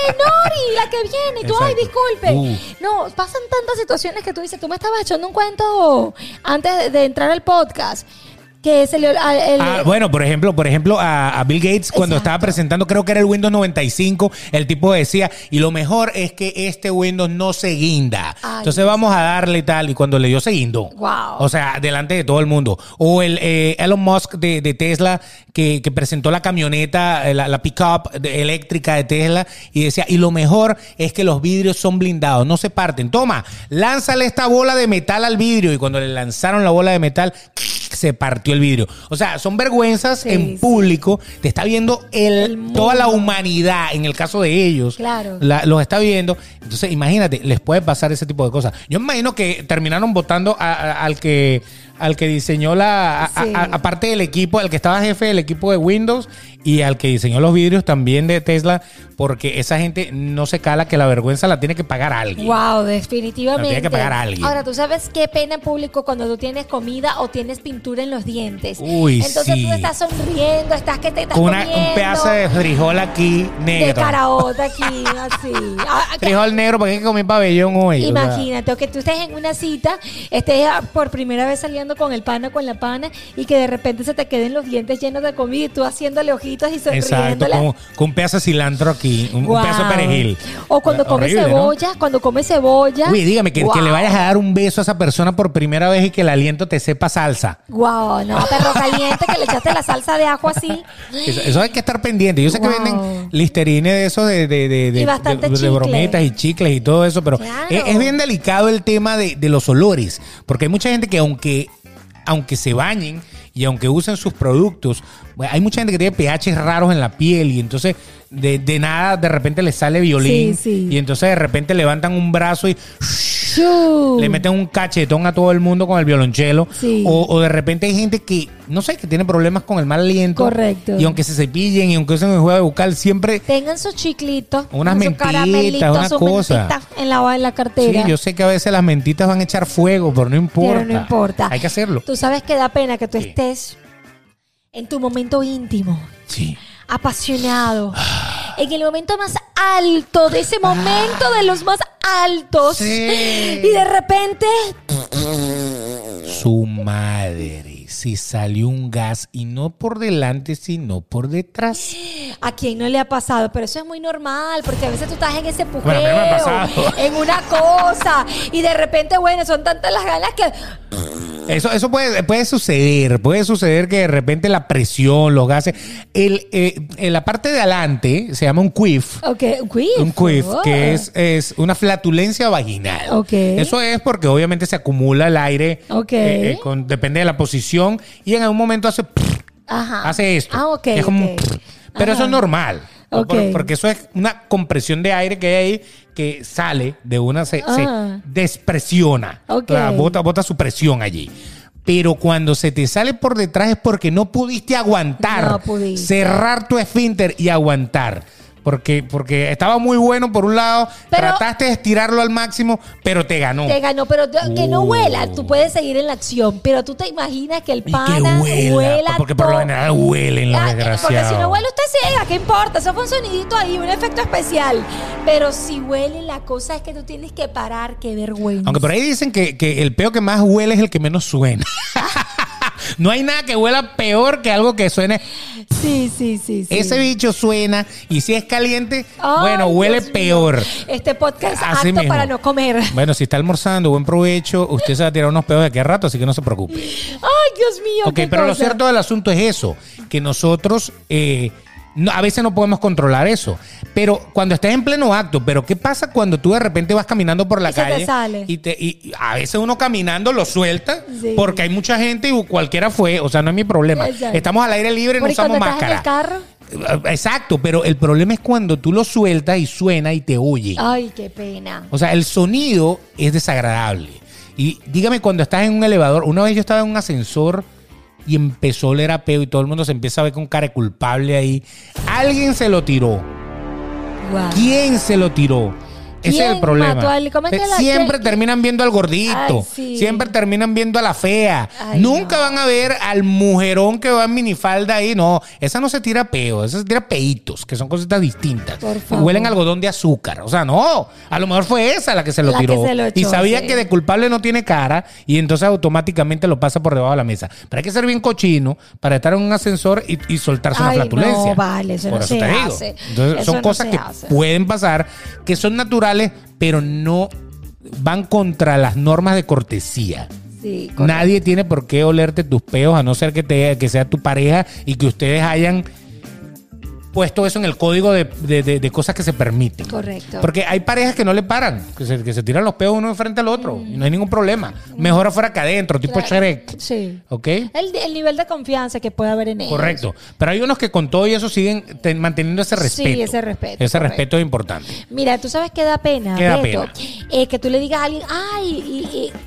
es Nori, la que viene, y tú, ay,
Exacto.
disculpe.
Uh.
No, pasan tantas situaciones que tú dices, tú me estabas echando un cuento antes de, de entrar al podcast, que se le... a- el-
Ah, bueno, por ejemplo, por ejemplo a, a Bill Gates cuando estaba presentando, creo que era el Windows 95, el tipo decía, y lo mejor es que este Windows no se guinda.
Ay,
Entonces vamos a darle tal, y cuando le dio se guindó.
Wow.
O sea, delante de todo el mundo. O el eh, Elon Musk de, de Tesla que, que presentó la camioneta, eh, la, la pickup de- eléctrica de Tesla, y decía, y lo mejor es que los vidrios son blindados, no se parten. Toma, lánzale esta bola de metal al vidrio, y cuando le lanzaron la bola de metal... *laughs* Se partió el vidrio. O sea, son vergüenzas
Sí,
en
sí.
público. Te está viendo el,
El
toda la
mundo.
humanidad, en el caso de ellos.
Claro.
la- los está viendo. Entonces, imagínate, les puede pasar ese tipo de cosas. Yo me imagino que terminaron votando a- a- al que al que diseñó la. a- a-
Sí.
a- aparte del equipo, al que estaba jefe del equipo de Windows y al que diseñó los vidrios también de Tesla, porque esa gente no se cala que la vergüenza la tiene que pagar alguien.
Wow, definitivamente.
Tiene que pagar a alguien.
Ahora, tú sabes qué pena en público cuando tú tienes comida o tienes pintura en los dientes.
Uy,
Entonces
sí.
tú estás sonriendo, estás que te estás
Con una-
comiendo
un pedazo de frijol aquí negro.
de caraota aquí,
*laughs*
así. Ah, ah, que-
Frijol negro, porque hay que comer pabellón hoy. o sea.
Imagínate, o que tú estés en una cita, estés ah, por primera vez saliendo con el pana, con la pana, y que de repente se te queden los dientes llenos de comida y tú haciéndole ojitos y
Exacto,
sonriéndole.
con, con un pedazo de cilantro aquí, un, un
Guau.
pedazo de perejil.
O cuando comes
Horrible, ¿no?
cebolla, cuando comes cebolla.
Uy, dígame que, que le
Guau.
vayas a dar un beso a esa persona por primera vez y que el aliento te sepa salsa.
Guau, no, perro caliente que le echaste la salsa de ajo así.
Eso, eso hay que estar pendiente. Yo sé que
Wow.
venden listerines de esos de, de, de, de-
Y bastante
de- de
chicle.
brometas y chicles y todo eso, pero e,
Claro.
es, es bien delicado el tema de, de los olores, porque hay mucha gente que aunque aunque se bañen y aunque usen sus productos, bueno, hay mucha gente que tiene pHs raros en la piel y entonces de, de nada de repente les sale violín
Sí, sí.
y entonces de repente levantan un brazo y
Chu.
le meten un cachetón a todo el mundo con el violonchelo.
Sí.
O, o de repente hay gente que, no sé, que tiene problemas con el mal aliento.
Correcto.
Y aunque se cepillen y aunque usen el juego bucal, siempre...
Tengan sus chiclitos,
Unas
sus
mentitas,
caramelitos,
una
sus
cosa.
mentitas en la, en la
Sí,
cartera.
yo sé que a veces las mentitas van a echar fuego, pero no importa.
Pero no importa.
Hay que hacerlo.
Tú sabes que da pena que tú
Sí.
estés en tu momento íntimo,
Sí.
apasionado,
Ah.
en el momento más alto, de ese momento de los más altos.
Sí.
Y de repente,
Su madre, si salió un gas y no por delante, sino por detrás.
¿a quién no le ha pasado? Pero eso es muy normal, porque a veces tú estás en ese pujeo,
Bueno, a mí me ha pasado.
*laughs* en una cosa, y de repente, bueno, son tantas las ganas que...
Eso, eso puede, puede suceder, puede suceder que de repente la presión, los gases. El, eh, en la parte de adelante se llama un quiff.
Ok, quiff.
Un quiff,
Oh.
que es, es una flatulencia vaginal.
Ok.
Eso es porque obviamente se acumula el aire.
Ok.
eh, eh, con- depende de la posición. Y en algún momento hace,
Ajá.
hace esto.
Ah, ok.
Es como
ok.
Pero eso
Ajá.
es normal.
Ok.
Por- porque eso es una compresión de aire que hay ahí que sale de una, se, se
Ah.
despresiona.
Ok.
O sea, bota, bota su presión allí. Pero cuando se te sale por detrás es porque no pudiste aguantar.
No pudiste.
Cerrar tu esfínter y aguantar. Porque, porque estaba muy bueno por un lado,
Pero-
trataste de estirarlo al máximo, pero te ganó.
Te ganó, pero tú- que no
Oh.
huela. Tú puedes seguir en la acción, pero tú te imaginas que el
y
pana
que huela. porque por lo
todo.
general huelen los
Ah, eh,
desgraciados.
Porque si no huele, usted ciega, ¿qué importa? Eso fue un sonidito ahí, un efecto especial. Pero si huele, la cosa es que tú tienes que parar, qué vergüenza.
Aunque por ahí dicen que, que el peo que más huele es el que menos suena. *laughs* no hay nada que huela peor que algo que suene.
Sí, sí, sí. sí.
Ese bicho suena y si es caliente,
Ay,
bueno, huele
Dios mío.
peor.
Este podcast es
Así
apto
mismo.
para no comer.
Bueno, si está almorzando, buen provecho. Usted se va a tirar unos pedos de aquí a rato, así que no se preocupe.
Ay, Dios mío.
Ok,
qué
pero lo
cosa.
cierto del asunto es eso, que nosotros eh, no- a veces no podemos controlar eso. Pero cuando estás en pleno acto, pero ¿qué pasa cuando tú de repente vas caminando por la
Y se te
calle?
sale.
Y, te- y- y a veces uno caminando lo suelta
Sí.
porque hay mucha gente y cualquiera fue, o sea, no es mi problema.
Exacto.
Estamos al aire libre, no
Porque
usamos
cuando estás
máscara.
en
Eh,
el carro,
Exacto, pero el problema es cuando tú lo sueltas y suena y te oye.
ay, qué pena.
O sea, el sonido es desagradable. Y dígame cuando estás en un elevador, una vez yo estaba en un ascensor y empezó a oler a peo y todo el mundo se empieza a ver con cara de culpable ahí. Alguien se lo tiró.
Guau.
¿Quién se lo tiró? Ese
¿Quién
es el problema. Eh,
mató al- cómo es que la-
siempre
que-
terminan viendo al gordito.
Ay, sí.
Siempre terminan viendo a la fea.
Ay,
Nunca
no.
van a ver al mujerón que va en minifalda ahí. No, esa no se tira peo, esa se tira peitos, que son cositas distintas.
Por
Que
favor.
Huelen a algodón de azúcar. O sea, no. A lo mejor fue esa la que se lo
La que
tiró.
se lo
y
echó,
sabía
sí.
que de culpable no tiene cara y entonces automáticamente lo pasa por debajo de la mesa. Pero hay que ser bien cochino para estar en un ascensor y, y soltarse
Ay,
una flatulencia.
no, vale, eso
por
no
eso
se
te digo.
hace.
Entonces,
Eso
son
no
cosas
se
que
hace.
pueden pasar, que son naturales, pero no van contra las normas de cortesía.
Sí, correcto.
Nadie tiene por qué olerte tus peos, a no ser que, te, que sea tu pareja y que ustedes hayan puesto eso en el código de, de- de- de cosas que se permiten.
Correcto.
Porque hay parejas que no le paran, que se, que se tiran los peos uno enfrente al otro y no hay ningún problema. Mejor afuera que adentro, tipo
Mm. Claro.
Shrek.
Sí.
¿Ok?
El, el nivel de confianza que puede haber en ellos.
Correcto. Pero hay unos que con todo y eso siguen te- manteniendo ese
Sí,
respeto.
ese respeto,
Ese
correcto.
respeto es importante.
Mira, tú sabes que da pena,
¿Qué da
Beto?
pena?
Eh, que tú le digas a alguien, ay,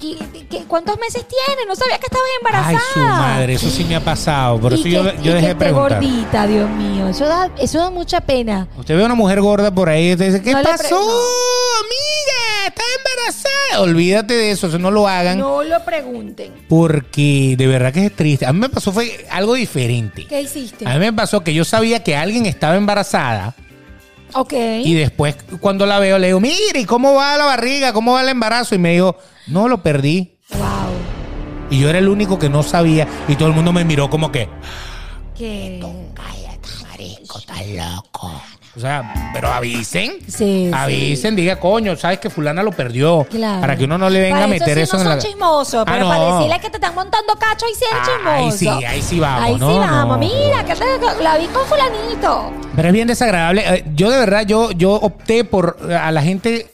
y- y- y- que- ¿cuántos meses tienes? No sabía que estabas embarazada.
Ay, su madre, eso sí me ha pasado. Por
Y
eso
que-
yo,
y
yo
que
dejé de
esté
preguntar.
gordita, Dios mío. Eso da, eso da mucha pena.
Usted ve a una mujer gorda por ahí y te dice, ¿qué
No le pre-
pasó,
no.
amiga? ¿Estás embarazada? Olvídate de eso, eso no lo hagan.
No lo pregunten.
Porque de verdad que es triste. A mí me pasó fue algo diferente.
¿Qué hiciste?
A mí me pasó que yo sabía que alguien estaba embarazada
Ok.
y después cuando la veo le digo, mire, ¿y cómo va la barriga? ¿Cómo va el embarazo? Y me dijo, no, lo perdí.
Wow.
Y yo era el único que no sabía y todo el mundo me miró como que,
Que...
cállate, marico, estás loco. O sea, pero avisen.
Sí,
avisen, diga, coño, sabes que fulana lo perdió.
Claro.
Para que uno no le venga a
Para
meter eso,
sí
en
no
la...
son chismosos,
Ah,
pero
no.
para decirle que te están montando cacho y ser
Ah,
chismoso.
ahí sí, ahí sí vamos,
Ahí
no,
sí
no.
vamos. Mira, que te- la vi con fulanito.
Pero es bien desagradable. Eh, Yo de verdad, yo, yo opté por eh, a la gente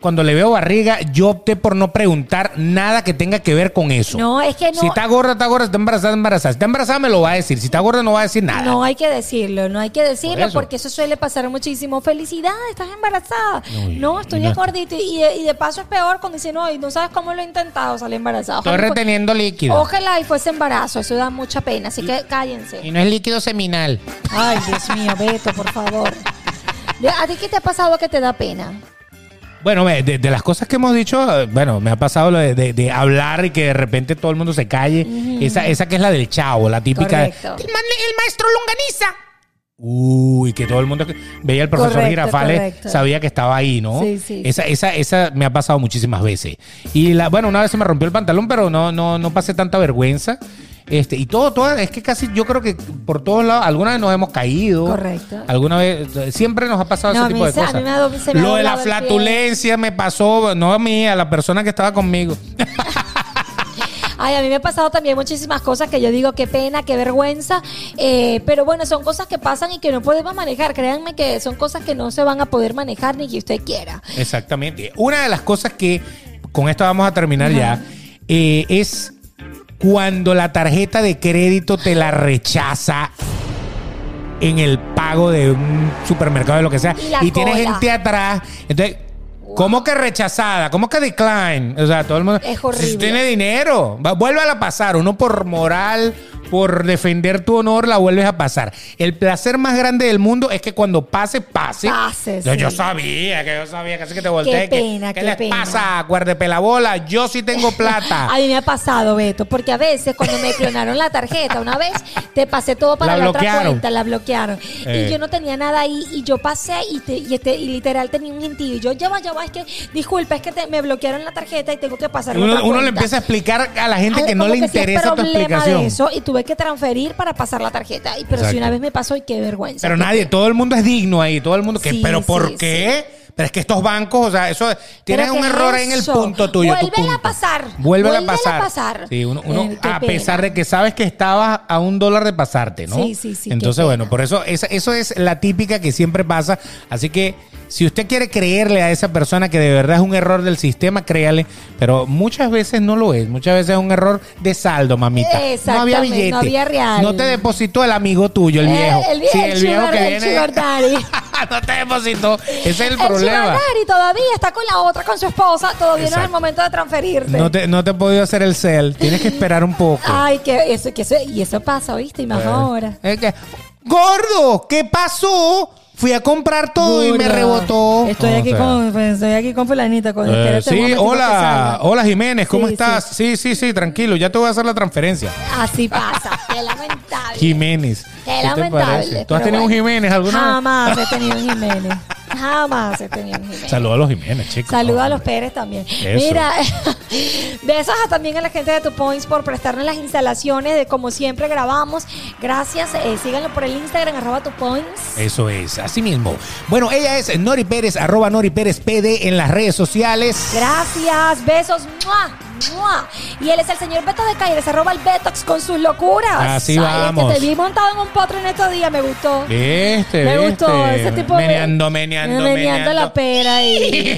cuando le veo barriga, yo opté por no preguntar nada que tenga que ver con eso.
No, es que no-
Si está gorda, está gorda, si está embarazada, está embarazada. Si está embarazada, me lo va a decir. Si está gorda, no va a decir nada.
No hay que decirlo, no hay que decirlo
Por eso.
porque eso suele pasar muchísimo. Felicidad, estás embarazada.
Uy,
no, estoy
no.
gordita y de, y de paso es peor cuando dicen, no, y no sabes cómo lo he intentado salir embarazada.
Estoy
Ojalá y fue-
reteniendo líquido.
Ojalá y fuese embarazo, eso da mucha pena, así que cállense.
Y no es líquido seminal.
Ay, Dios mío, Beto, por favor. De- ¿A ti qué te ha pasado que te da pena?
Bueno, ve, de, de las cosas que hemos dicho, eh, bueno, me ha pasado lo de, de- de hablar y que de repente todo el mundo se calle. Esa, esa que es la del chavo, la típica. de,
Correcto.
"El man- el maestro Longaniza. Uy, que todo el mundo que veía al profesor
Correcto,
Girafales,
correcto.
sabía que estaba ahí, ¿no?
Sí, sí.
Esa, esa, esa me ha pasado muchísimas veces. Y la, bueno, una vez se me rompió el pantalón, pero no, no, no pasé tanta vergüenza. Este, y todo, todo, es que casi yo creo que por todos lados, alguna vez nos hemos caído.
Correcto.
Alguna vez, siempre nos ha pasado
No,
ese
a mí
tipo de
se- a
cosas.
mí me ha do- se me ha
Lo de la
doblado el pie.
flatulencia me pasó, no a mí, a la persona que estaba conmigo.
Ay, a mí me ha pasado también muchísimas cosas que yo digo, qué pena, qué vergüenza. eh, pero bueno, son cosas que pasan y que no podemos manejar. Créanme que son cosas que no se van a poder manejar ni que usted quiera.
Exactamente. Una de las cosas que, con esto vamos a terminar ya, eh, es cuando la tarjeta de crédito te la rechaza en el pago de un supermercado, de lo que sea,
Y la
y, tiene
cola.
gente atrás. Entonces, ¿cómo que rechazada? ¿Cómo que decline? O sea, todo el mundo...
Es horrible.
Si tiene dinero, va- vuélvala a pasar. Uno por moral, por defender tu honor, la vuelves a pasar. El placer más grande del mundo es que cuando pase, pase.
Pase,
Yo, yo
sí.
sabía, que yo sabía, casi que te volteé.
Qué pena,
que,
qué
les
pena.
pasa? Guardepelabola, yo sí
*laughs*
tengo plata.
A mí me ha pasado, Beto, porque a veces cuando me clonaron la tarjeta, una vez te pasé todo para
La
la, otra
bloquearon.
cuenta, la bloquearon.
Eh.
Y yo no tenía nada ahí, y yo pasé y, te- y este, y literal tenía un gentío. Y yo, ya va, ya va, es que, disculpa, es que te- me bloquearon la tarjeta y tengo que pasar a la
uno
otra
uno le
cuenta.
empieza a explicar a la gente
Algo
que no
como
le
sí es
interesa tu
problema de
explicación.
eso, y tuve que transferir para pasar la tarjeta. Y, pero
Exacto.
si una vez me pasó, y qué vergüenza.
Pero
Qué
nadie,
pena.
todo el mundo es digno ahí, todo el mundo que,
Sí,
pero ¿por
sí,
qué? Pero es que estos bancos, o sea, eso
Pero
tienes un
¿qué es
error ahí en el
eso?
punto tuyo. tu
Vuélvela a
punto.
pasar,
Vuélvela a
vuélvela
pasar.
a pasar.
Sí, uno, uno-
Eh, qué
a
pena.
pesar de que sabes que estabas a un dólar de pasarte, ¿no?
Sí, sí, sí, qué
Entonces,
pena.
bueno, por eso esa- eso es la típica que siempre pasa. Así que si usted quiere creerle a esa persona que de verdad es un error del sistema, créale. Pero muchas veces no lo es. Muchas veces es un error de saldo, mamita. No había
Exactamente, no
billete.
había real.
No te depositó el amigo tuyo, el
Eh,
viejo.
el vie-
Sí,
el
el viejo que
sugar- el
viene.
sugar daddy.
no te depositó. Ese es *laughs* el,
El
problema.
Chivarrari todavía está con la otra, con su esposa. Todavía no es
Exacto.
el momento de transferirte.
No te, no te he podido hacer el cel. Tienes que esperar un poco.
Ay, que eso, que eso, y eso pasa, ¿viste? Y
Eh.
más Ah, ahora.
Es que- Gordo, ¿qué pasó? Fui a comprar todo y me
Burda.
rebotó.
Estoy,
O
aquí
sea,
con, pues, estoy aquí con fulanita. Con,
eh,
espérate un
sí,
momentico que este
hola, Oh.
salga.
hola Jiménez, ¿cómo
Sí,
estás? Sí. sí, sí, tranquilo, ya te voy a hacer la transferencia.
Así pasa, qué lamentable.
Jiménez.
Qué
te
lamentable.
parece? ¿Tú has
pero
tenido un
bueno.
Jiménez alguna vez?
Jamás he tenido un Jiménez. Jamás he tenido un Jiménez.
Saludos a los Jiménez, chicos.
Saluda a los
Hombre.
Pérez también.
Eso.
Mira, *laughs* besos a también a la gente de Tu Points por prestarnos las instalaciones de como siempre grabamos. Gracias. Eh, síganlo por el Instagram, arroba Tu Points.
Eso es, así mismo. Bueno, ella es Nori Pérez, arroba Nori Pérez PD en las redes sociales.
Gracias, besos. ¡Mua! ¡Mua! Y él es el señor Beto de Calle, se roba el Betox con sus locuras.
Así
Ay, es
vamos.
que te vi montado en un potro en estos días, me gustó.
Este,
Me gustó ese tipo de-
Meneando, meneando, meneando. *laughs*
la pera ahí.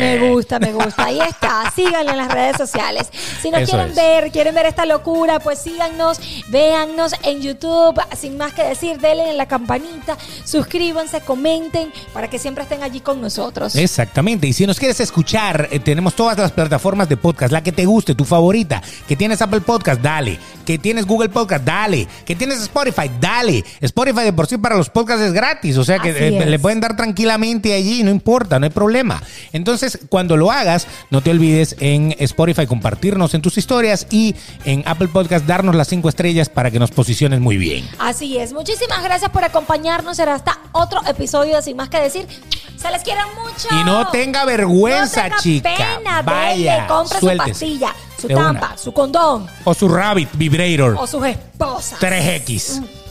Me gusta, me gusta. Ahí
*laughs*
está. Síganlo en las redes sociales. Si nos
Eso
quieren
es.
ver, quieren ver esta locura, pues síganos, véannos en YouTube. Sin más que decir, denle en la campanita, suscríbanse, comenten para que siempre estén allí con nosotros.
Exactamente. Y si nos quieres escuchar, eh, tenemos todas las plataformas de podcast. La que te guste, tu favorita. Que tienes Apple Podcast, dale. Que tienes Google Podcast, dale. Que tienes Spotify, dale. Spotify de por sí para los podcasts es gratis. O sea que
Así
eh,
es.
le pueden dar tranquilamente allí, no importa, no hay problema. Entonces, cuando lo hagas, no te olvides en Spotify compartirnos en tus historias y en Apple Podcast darnos las cinco estrellas para que nos posiciones muy bien.
Así es. Muchísimas gracias por acompañarnos. Será hasta otro episodio de Sin Más que Decir. Se les quiere mucho.
Y no tenga vergüenza,
No tenga
chica.
Pena,
Vaya,
Vaya, compra
suéltese.
su pastilla, su
De una.
tampa, su condón
O su Rabbit Vibrator.
o sus esposas.
3X.